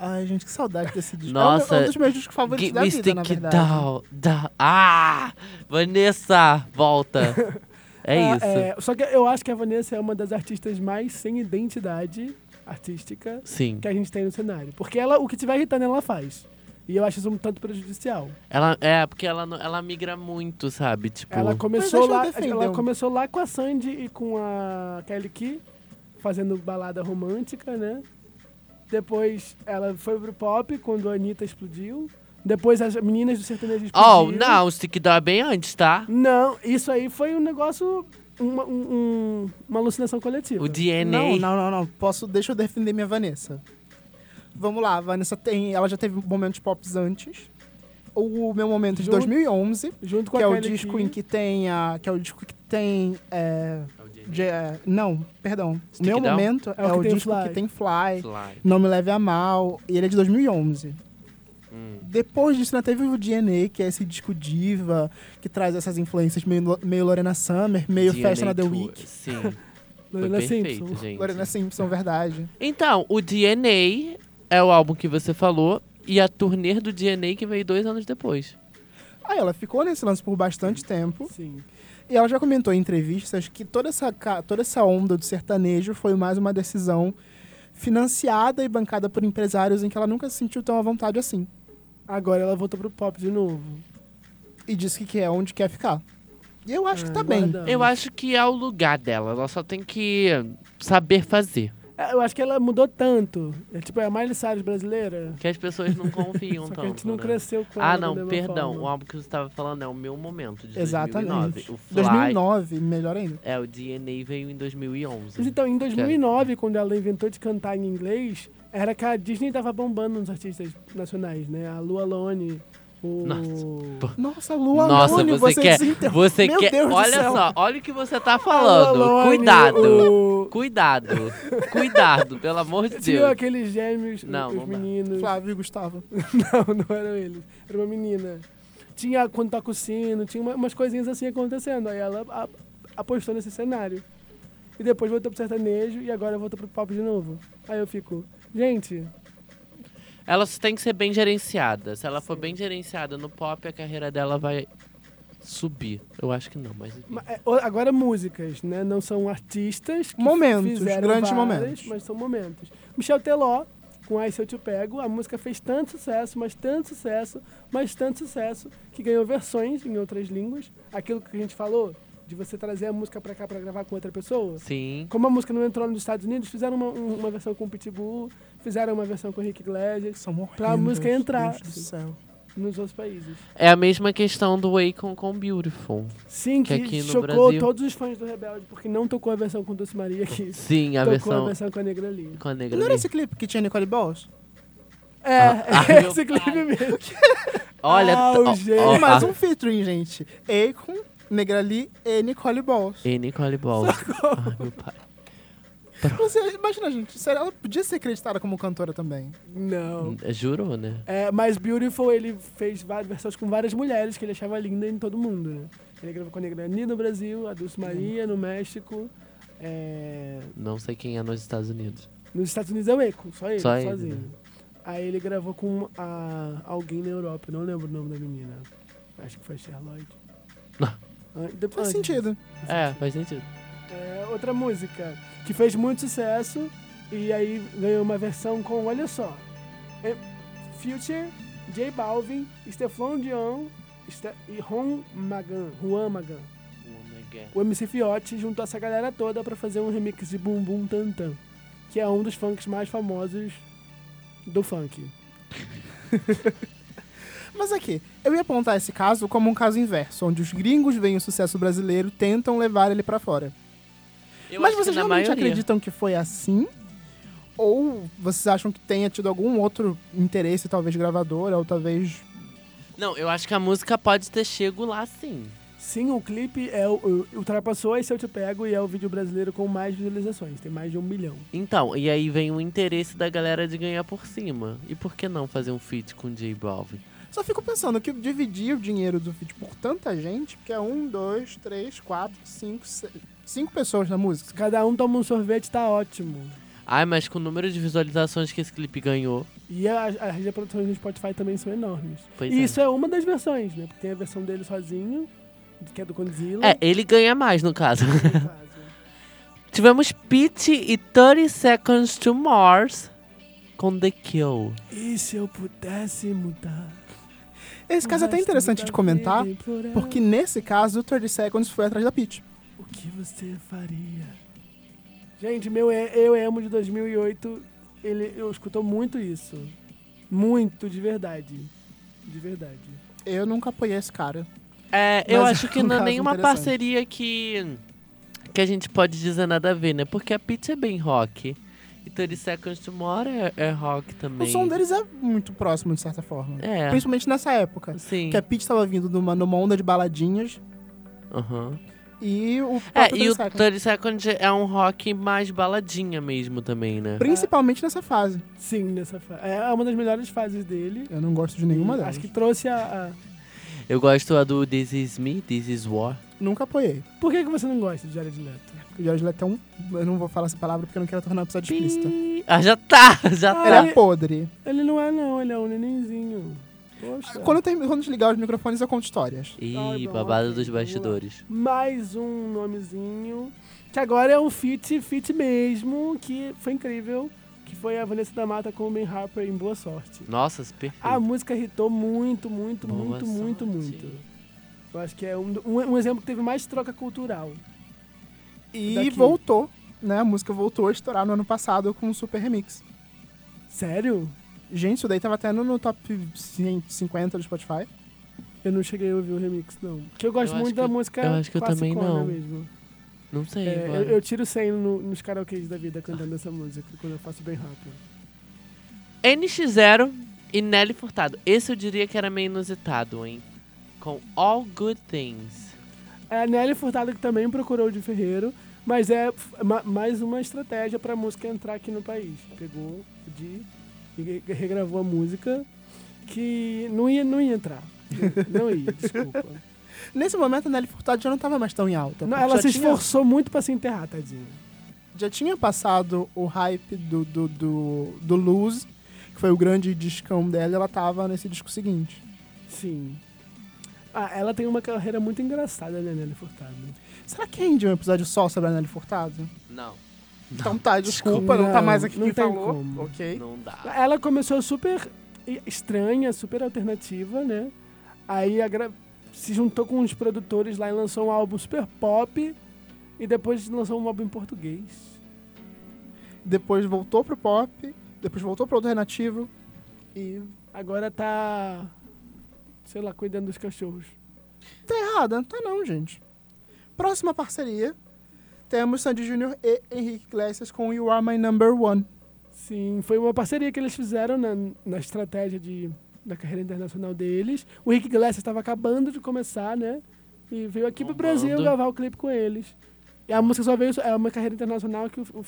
Speaker 3: Ai, gente, que saudade desse disco.
Speaker 2: Nossa.
Speaker 3: É um, é um dos meus discos favoritos
Speaker 2: Give
Speaker 3: da
Speaker 2: me
Speaker 3: vida, na
Speaker 2: stick it
Speaker 3: verdade.
Speaker 2: down, down. Ah! Vanessa, volta. É
Speaker 1: Ah,
Speaker 2: isso.
Speaker 1: só que eu acho que a Vanessa é uma das artistas mais sem identidade artística
Speaker 2: Sim.
Speaker 1: que é a gente tem no cenário, porque ela, o que tiver irritando, ela faz. E eu acho isso um tanto prejudicial.
Speaker 2: Ela, é, porque ela, não- ela migra muito, sabe? Tipo,
Speaker 1: Ela começou
Speaker 3: deixa eu
Speaker 1: lá,
Speaker 3: defender
Speaker 1: ela
Speaker 3: um-
Speaker 1: começou lá com a Sandy e com a Kelly Key, fazendo balada romântica, né? Depois ela foi pro pop quando a Anitta explodiu. Depois as meninas do sertanejo explodiram.
Speaker 2: Oh, não, stick it down é bem antes, tá?
Speaker 1: Não, isso aí foi um negócio uma, um- um- uma alucinação coletiva.
Speaker 2: O DNA.
Speaker 3: Não, não, não, não. Posso, deixa eu defender minha Vanessa. Vamos lá, a Vanessa tem, ela já teve momentos pops antes. O meu momento de
Speaker 1: Junto-
Speaker 3: 2011,
Speaker 1: Junto com
Speaker 3: que
Speaker 1: a
Speaker 3: é o
Speaker 1: Kelly
Speaker 3: disco
Speaker 1: Key,
Speaker 3: em que tem a, que é o disco que tem é, de- é, não, perdão. O
Speaker 2: Stick
Speaker 3: meu
Speaker 2: It Down?
Speaker 3: momento é,
Speaker 1: É o que
Speaker 3: o
Speaker 1: tem
Speaker 3: disco
Speaker 1: Fly.
Speaker 3: que tem Fly,
Speaker 2: Fly.
Speaker 3: Não me leve a mal, e ele é de 2011.
Speaker 2: Hum.
Speaker 3: Depois disso, né, teve o DNA, que é esse disco diva, que traz essas influências meio, Lo- meio Lorena Summer, meio
Speaker 2: DNA
Speaker 3: Fashion of the
Speaker 2: Tour.
Speaker 3: Week.
Speaker 2: Sim, foi
Speaker 1: Lorena
Speaker 2: perfeito,
Speaker 1: Simpson.
Speaker 2: gente.
Speaker 3: Lorena Simpson, verdade.
Speaker 2: Então, o DNA é o álbum que você falou e a turnê do DNA que veio dois anos depois.
Speaker 3: Aí ela ficou nesse lance por bastante tempo.
Speaker 1: Sim.
Speaker 3: E ela já comentou em entrevistas que toda essa, ca- toda essa onda do sertanejo foi mais uma decisão financiada e bancada por empresários em que ela nunca se sentiu tão à vontade assim.
Speaker 1: Agora ela voltou pro pop de novo.
Speaker 3: E disse que quer onde quer ficar. E eu acho que tá bem.
Speaker 1: Aguardamos.
Speaker 2: Eu acho que é o lugar dela, ela só tem que saber fazer.
Speaker 1: É, Eu acho que ela mudou tanto. É tipo, é a Miley Cyrus brasileira.
Speaker 2: Que as pessoas não confiam
Speaker 1: Só que
Speaker 2: tanto.
Speaker 1: a gente não
Speaker 2: né?
Speaker 1: cresceu com ela
Speaker 2: Ah,
Speaker 1: da
Speaker 2: não,
Speaker 1: mesma
Speaker 2: perdão.
Speaker 1: forma.
Speaker 2: O álbum que você estava falando é o meu momento de
Speaker 3: Exatamente.
Speaker 2: 2009. O Fly.
Speaker 3: 2009, melhor ainda.
Speaker 2: É, o DNA veio em 2011.
Speaker 1: Mas então, em 2009, quando ela inventou de cantar em inglês, era que a Disney tava bombando nos artistas nacionais, né? A Lua Lone, o...
Speaker 2: Nossa,
Speaker 3: Nossa, Lua
Speaker 2: Nossa,
Speaker 3: Lone,
Speaker 2: você, quer.
Speaker 3: desinter-
Speaker 2: Você
Speaker 3: Meu
Speaker 2: quer.
Speaker 3: Deus do
Speaker 2: olha
Speaker 3: céu.
Speaker 2: só, olha o que você tá
Speaker 1: A Lua
Speaker 2: falando.
Speaker 1: Lone,
Speaker 2: Cuidado.
Speaker 1: O...
Speaker 2: Cuidado. Cuidado, pelo amor de
Speaker 1: Tinha
Speaker 2: Deus.
Speaker 1: aqueles gêmeos,
Speaker 2: Não,
Speaker 1: os
Speaker 2: não dá.
Speaker 1: meninos.
Speaker 3: Flávio e Gustavo.
Speaker 1: Não, não eram eles. Era uma menina. Tinha quando toca o sino, tinha uma- umas coisinhas assim acontecendo. Aí ela a- apostou nesse cenário. E depois voltou pro sertanejo e agora voltou pro pop de novo. Aí eu fico, gente,
Speaker 2: Ela só tem que ser bem gerenciada. Se ela for bem gerenciada no pop, a carreira dela vai subir. Eu acho que não, mas. enfim.
Speaker 1: Ma- é, o- Agora músicas, né? Não são artistas que
Speaker 3: Momentos,
Speaker 1: fizeram
Speaker 3: grandes
Speaker 1: várias,
Speaker 3: momentos.
Speaker 1: mas são momentos. Michel Teló, com Ai Se Eu Te Pego, a música fez tanto sucesso, mas tanto sucesso, mas tanto sucesso, que ganhou versões em outras línguas. Aquilo que a gente falou, de você trazer a música pra cá pra gravar com outra pessoa.
Speaker 2: Sim.
Speaker 1: Como a música não entrou nos Estados Unidos, fizeram uma, um- uma versão com o Pitbull, fizeram uma versão com o Rick Glass
Speaker 3: São horríveis,
Speaker 1: Pra música entrar.
Speaker 3: Deus do céu.
Speaker 1: nos outros países.
Speaker 2: É a mesma questão do Akon com Beautiful.
Speaker 1: Sim,
Speaker 2: Que
Speaker 1: que,
Speaker 2: aqui no
Speaker 1: chocou
Speaker 2: Brasil-
Speaker 1: todos os fãs do Rebelde, porque não tocou a versão com Dulce Maria aqui.
Speaker 2: Sim, a
Speaker 1: tocou
Speaker 2: versão
Speaker 1: a versão com a Negra Lee.
Speaker 2: com a negra.
Speaker 3: Não era
Speaker 2: ali.
Speaker 3: esse clipe que tinha Nicole Balls?
Speaker 1: É,
Speaker 2: Ah, ah,
Speaker 1: é
Speaker 2: meu
Speaker 1: esse clipe mesmo.
Speaker 2: Olha,
Speaker 1: Ah,
Speaker 2: t-
Speaker 1: o
Speaker 2: ó,
Speaker 1: gênio.
Speaker 2: ó,
Speaker 3: Mais
Speaker 2: a-
Speaker 3: um featuring, gente. Akon, Negra Lee e Nicole Balls.
Speaker 2: E Nicole Balls. Ai, meu pai.
Speaker 3: Você, imagina, gente, sério, ela podia ser acreditada como cantora também.
Speaker 1: Não.
Speaker 2: Jurou, né?
Speaker 1: É, mas Beautiful ele fez várias versões com várias mulheres que ele achava linda em todo mundo, né? Ele gravou com a Negra Lee no Brasil, a
Speaker 2: Uhum.
Speaker 1: Dulce Maria no México, é,
Speaker 2: Não sei quem é nos Estados Unidos.
Speaker 1: nos Estados Unidos é o Eco, só ele,
Speaker 2: Só ele,
Speaker 1: sozinho.
Speaker 2: né?
Speaker 1: Aí ele gravou com a, alguém na Europa, eu não lembro o nome da menina. Acho que foi Charlotte. Ah,
Speaker 2: Não.
Speaker 3: Faz
Speaker 1: Depois,
Speaker 3: sentido.
Speaker 2: É, faz sentido.
Speaker 1: É, outra música que fez muito sucesso e aí ganhou uma versão com, olha só, é Future, J Balvin, Stefan Dion Ste- e Ron Magan, Juan Magan. O MC Fiote juntou essa galera toda pra fazer um remix de Bum Bum Tan Tan, que é um dos funks mais famosos do funk.
Speaker 3: Mas aqui, eu ia apontar esse caso como um caso inverso, onde os gringos veem o sucesso brasileiro, tentam levar ele pra fora.
Speaker 2: Eu
Speaker 3: Mas
Speaker 2: acho que
Speaker 3: vocês
Speaker 2: na
Speaker 3: realmente
Speaker 2: maioria.
Speaker 3: acreditam que foi assim? Ou vocês acham que tenha tido algum outro interesse, talvez gravadora, ou talvez.
Speaker 2: Não, eu acho que a música pode ter chego lá sim.
Speaker 1: Sim, o clipe é o- o- ultrapassou esse Eu Te Pego e é o vídeo brasileiro com mais visualizações, tem mais de um milhão.
Speaker 2: Então, e aí vem o interesse da galera de ganhar por cima. E por que não fazer um feat com J Balvin?
Speaker 3: Só fico pensando que dividir o dinheiro do feat por tanta gente, porque é um, dois, três, quatro, cinco, seis, cinco pessoas na música.
Speaker 1: Cada um toma um sorvete, tá ótimo.
Speaker 2: Ai, mas com o número de visualizações que esse clipe ganhou,
Speaker 1: E as, as reproduções no Spotify também são enormes.
Speaker 2: Pois
Speaker 1: e
Speaker 2: é.
Speaker 1: isso é uma das versões, né? Porque tem a versão dele sozinho, que é do Godzilla.
Speaker 2: É, ele ganha mais, no caso.
Speaker 1: no caso.
Speaker 2: Tivemos Pitty e 30 Seconds to Mars com The Kill.
Speaker 1: E se eu pudesse mudar?
Speaker 3: Esse caso é até
Speaker 1: Mas
Speaker 3: interessante
Speaker 1: toda
Speaker 3: de comentar,
Speaker 1: vida implorar,
Speaker 3: porque nesse caso o 30 Seconds foi atrás da Pitty.
Speaker 1: O que você faria? Gente, meu E- Eu Emo de 2008, ele eu escutou muito isso. Muito, de verdade. De verdade.
Speaker 3: Eu nunca apoiei esse cara.
Speaker 2: É, eu
Speaker 3: Mas
Speaker 2: acho
Speaker 3: é
Speaker 2: que
Speaker 3: um
Speaker 2: não é
Speaker 3: caso
Speaker 2: nenhuma
Speaker 3: interessante.
Speaker 2: parceria que, que a gente pode dizer nada a ver, né? Porque a Pitty é bem rock. E 30 Seconds to Mars é, é rock
Speaker 3: O
Speaker 2: também.
Speaker 3: som deles é muito próximo, de certa forma.
Speaker 2: É,
Speaker 3: Principalmente nessa época.
Speaker 2: sim.
Speaker 3: Que é a Pitty tava vindo numa, numa onda de baladinhas
Speaker 2: Aham.
Speaker 3: e o
Speaker 1: Tá
Speaker 2: É,
Speaker 3: próprio
Speaker 2: e o
Speaker 3: 30 Seconds.
Speaker 2: 30 Seconds é um rock mais baladinha mesmo também, né?
Speaker 3: Principalmente nessa fase.
Speaker 1: Sim, nessa fase. É uma das melhores fases dele.
Speaker 3: Eu não gosto de nenhuma delas.
Speaker 1: Acho que trouxe a- a...
Speaker 2: Eu gosto a do This Is Me, This Is War.
Speaker 3: Nunca apoiei.
Speaker 1: Por que, que você não gosta de Jared Leto?
Speaker 3: O Jared Leto é um... Eu não vou falar essa palavra porque eu não quero tornar o episódio explícito.
Speaker 2: Pi- Ah, já tá, já
Speaker 1: Ah,
Speaker 2: tá.
Speaker 3: Ele
Speaker 1: Ai.
Speaker 3: é podre.
Speaker 1: Ele não é, não, ele é um nenenzinho. Poxa.
Speaker 3: Quando eu, termino, quando eu desligar os microfones, eu conto histórias.
Speaker 1: Ai,
Speaker 2: Ih,
Speaker 1: bom,
Speaker 2: babado
Speaker 1: ok,
Speaker 2: dos
Speaker 1: vamos lá.
Speaker 2: bastidores.
Speaker 1: Mais um nomezinho. Que agora é um feat, feat mesmo, que foi incrível. Que foi a Vanessa da Mata com o Ben Harper em Boa Sorte.
Speaker 2: Nossa, perfeito.
Speaker 1: A música irritou muito, muito,
Speaker 2: Boa
Speaker 1: muito, muito,
Speaker 2: sorte.
Speaker 1: muito. Eu acho que é um, do- um, um exemplo que teve mais troca cultural.
Speaker 3: E
Speaker 1: Daqui.
Speaker 3: voltou, né? A música voltou a estourar no ano passado com um super remix.
Speaker 1: Sério?
Speaker 3: Gente, isso daí tava até no, no top 50 do Spotify.
Speaker 1: Eu não cheguei a ouvir o remix, não. Porque eu gosto
Speaker 2: Eu acho
Speaker 1: muito
Speaker 2: que-
Speaker 1: da música
Speaker 2: eu acho que eu também
Speaker 1: classicona
Speaker 2: não.
Speaker 1: mesmo.
Speaker 2: Não sei
Speaker 1: É, eu,
Speaker 2: agora.
Speaker 1: eu tiro 100 no- nos karaokês da vida cantando essa música, quando eu faço bem rápido.
Speaker 2: NX0 e Nelly Furtado. Esse eu diria que era meio inusitado, hein? Com All Good Things.
Speaker 1: É a Nelly Furtado que também procurou o de Ferreiro, mas é f- ma- mais uma estratégia pra música entrar aqui no país. Pegou o de e re- regravou a música que não ia, não ia entrar. Não ia, desculpa.
Speaker 3: Nesse momento, a Nelly Furtado já não tava mais tão em alta.
Speaker 1: Não,
Speaker 3: porque
Speaker 1: ela
Speaker 3: já
Speaker 1: se
Speaker 3: tinha-
Speaker 1: esforçou muito pra se enterrar, tadinha.
Speaker 3: já tinha passado o hype do, do, do, do Luz, que foi o grande discão dela, e ela tava nesse disco seguinte.
Speaker 1: Sim. Ah, ela tem uma carreira muito engraçada, né, Nelly Furtado?
Speaker 3: Será que rende um episódio só sobre a Nelly Furtado?
Speaker 2: Não,
Speaker 3: Então tá, desculpa, não, tá
Speaker 1: Não,
Speaker 3: mais aqui
Speaker 1: não
Speaker 3: quem
Speaker 1: tem
Speaker 3: falou.
Speaker 1: como.
Speaker 3: Ok.
Speaker 2: não dá.
Speaker 1: Ela começou super estranha, super alternativa, né? Aí a gra- se juntou com os produtores lá e lançou um álbum super pop. E depois lançou um álbum em português.
Speaker 3: Depois voltou pro pop depois voltou pro alternativo e
Speaker 1: Agora tá. Sei lá, cuidando dos cachorros.
Speaker 3: tá errada, não tá não, gente. Próxima parceria, temos Sandy Júnior e Henrique Iglesias com You Are My Number One.
Speaker 1: Sim, foi uma parceria que eles fizeram na, na estratégia de, da carreira internacional deles. O Rick Iglesias estava acabando de começar, né? E veio aqui pro
Speaker 2: Bombando.
Speaker 1: Brasil gravar o clipe com eles. E a música só veio. É uma carreira internacional que o, o,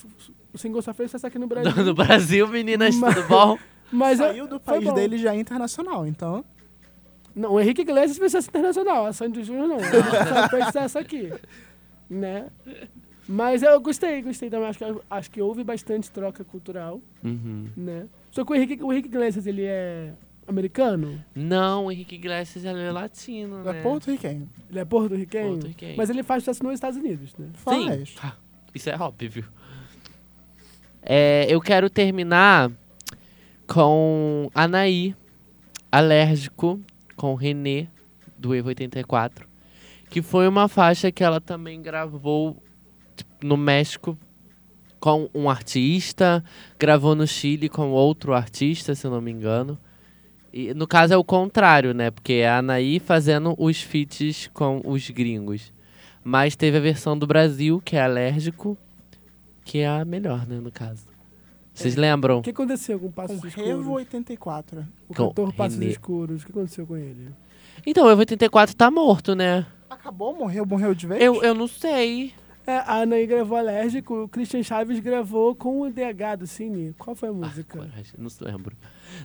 Speaker 1: o single só fez sucesso aqui no Brasil.
Speaker 2: No Brasil, meninas,
Speaker 1: Mas-
Speaker 2: tudo bom?
Speaker 1: Mas eu-
Speaker 3: Saiu do
Speaker 1: foi
Speaker 3: país
Speaker 1: bom.
Speaker 3: dele já é internacional, então...
Speaker 1: Não, o Henrique Iglesias fez sucesso internacional, a Sandy Júnior não. Ela Só fez sucesso aqui. Né? Mas eu gostei, gostei também. Acho que, acho que houve bastante troca cultural,
Speaker 2: Uhum.
Speaker 1: né? Só que o Henrique, o Henrique Iglesias, ele é americano?
Speaker 2: Não, o Henrique Iglesias ele é latino, né?
Speaker 3: É porto-riquenho.
Speaker 1: Ele é porto-riquenho?
Speaker 2: Porto-riquenho.
Speaker 1: Mas ele faz sucesso nos Estados Unidos, né?
Speaker 3: Faz.
Speaker 2: Ah, Isso é óbvio. É, eu quero terminar com Anaí, alérgico, com René, do Evo 84. Que foi uma faixa que ela também gravou tipo, no México com um artista, gravou no Chile com outro artista, se eu não me engano. E no caso é o contrário, né? Porque é a Anaí fazendo os feats com os gringos. Mas teve a versão do Brasil, que é alérgico, que é a melhor, né, no caso. Vocês lembram?
Speaker 1: O que aconteceu com o
Speaker 3: Com
Speaker 1: Passos Escuros?
Speaker 3: Revo 84.
Speaker 1: O
Speaker 2: Com
Speaker 1: cantor Passos
Speaker 2: René.
Speaker 1: Escuros, o que aconteceu com ele?
Speaker 2: Então, o Evo 84 tá morto, né?
Speaker 3: Acabou? Morreu? Morreu de vez?
Speaker 2: Eu, eu não sei.
Speaker 1: É, a Anaí gravou Alérgico, o Christian Chaves gravou com o DH do Cine. Qual foi a música?
Speaker 2: Coragem, Não se lembro.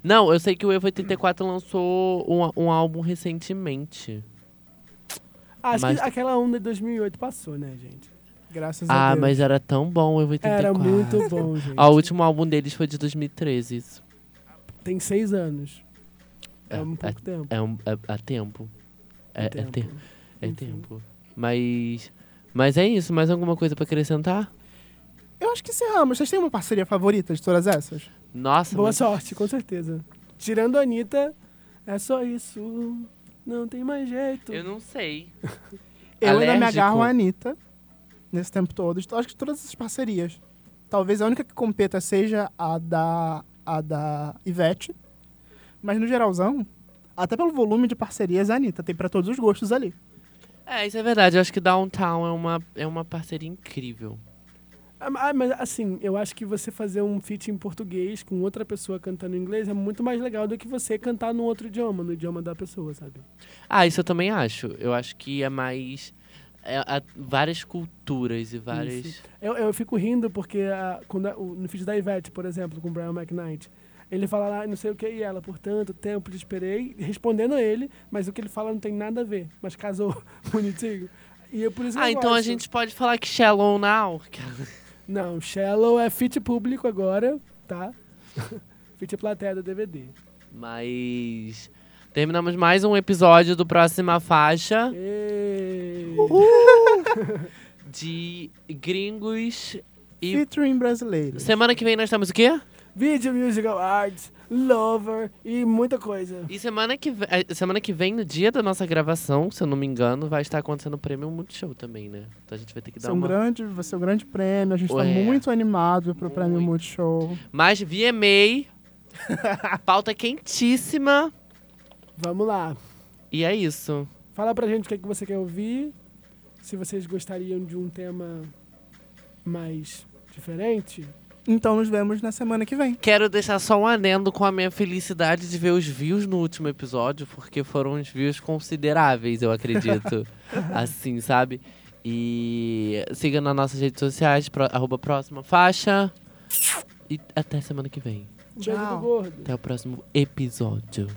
Speaker 2: Não, eu sei que o Evo 84 lançou um, um álbum recentemente.
Speaker 1: Ah, Acho
Speaker 2: Mas-
Speaker 1: que aquela onda de 2008 passou, né, gente?
Speaker 3: Graças a
Speaker 2: Ah,
Speaker 3: Deus.
Speaker 2: mas era tão bom o Evo 84.
Speaker 1: Era muito bom, gente.
Speaker 2: Ah, O último álbum deles foi de 2013. Isso.
Speaker 1: Tem seis anos. É,
Speaker 2: É,
Speaker 1: um
Speaker 2: é,
Speaker 1: pouco tempo.
Speaker 2: é, um- é- é tempo. É, é tempo. É
Speaker 1: Enfim.
Speaker 2: tempo. Mas. Mas é isso. Mais alguma coisa pra acrescentar?
Speaker 3: Eu acho que encerramos. Vocês têm uma parceria favorita de todas essas?
Speaker 2: Nossa,
Speaker 1: Boa
Speaker 2: mas-
Speaker 1: sorte, com certeza. Tirando a Anitta, é só isso. Não tem mais jeito.
Speaker 2: Eu não sei.
Speaker 3: Eu ainda me
Speaker 2: Alérgico.
Speaker 3: agarro à Anitta nesse tempo todo. Eu Acho que todas essas parcerias. Talvez a única que competa seja a da, a da Ivete. Mas no geralzão, até pelo volume de parcerias, a Anitta tem pra todos os gostos ali.
Speaker 2: É, isso é verdade. Eu acho que Downtown é uma, é uma parceria incrível.
Speaker 1: Ah, mas assim, eu acho que você fazer um feat em português com outra pessoa cantando em inglês é muito mais legal do que você cantar num outro idioma, no idioma da pessoa, sabe?
Speaker 2: Ah, isso eu também acho. Eu acho que é mais. é- é várias culturas e várias.
Speaker 1: Isso. Eu, eu fico rindo porque a- quando a- o- no feat da Ivete, por exemplo, com o Brian McKnight, ele fala lá, "Ah, não sei o que, e ela, por tanto tempo te esperei, respondendo a ele, mas o que ele fala não tem nada a ver, mas casou bonitinho. E é por isso que
Speaker 2: Ah,
Speaker 1: eu
Speaker 2: então a
Speaker 1: gosto.
Speaker 2: gente pode falar que Shallow Now.
Speaker 1: Não, Shallow é feat público agora, tá? feat plateia do DVD.
Speaker 2: Mas. Terminamos mais um episódio do Próxima Faixa
Speaker 1: Ei.
Speaker 2: de Gringos e.
Speaker 3: Featuring brasileiros.
Speaker 2: Semana que vem nós estamos o quê?
Speaker 1: Video Musical Arts, Lover e muita coisa.
Speaker 2: E semana que, ve- eh, semana que vem, no dia da nossa gravação, se eu não me engano, vai estar acontecendo o prêmio Multishow também, né? Então a gente vai ter que dar
Speaker 3: São
Speaker 2: uma.
Speaker 3: grande, vai ser um grande prêmio. A gente tá
Speaker 2: Ué.
Speaker 3: muito animado pro prêmio
Speaker 2: Muito.
Speaker 3: Multishow.
Speaker 2: Mas VMA, pauta quentíssima.
Speaker 1: Vamos lá.
Speaker 2: E é isso.
Speaker 1: Fala pra gente o que, é que você quer ouvir. Se vocês gostariam de um tema mais diferente. Um
Speaker 3: Então nos vemos na semana que vem.
Speaker 2: Quero deixar só um anendo com a minha felicidade de ver os views no último episódio, porque foram uns views consideráveis, eu acredito. assim, sabe? E siga nas nossas redes sociais, pro, arroba próxima faixa. E até semana que vem.
Speaker 1: Beijo do
Speaker 3: Tchau.
Speaker 1: gordo.
Speaker 2: Até o próximo episódio.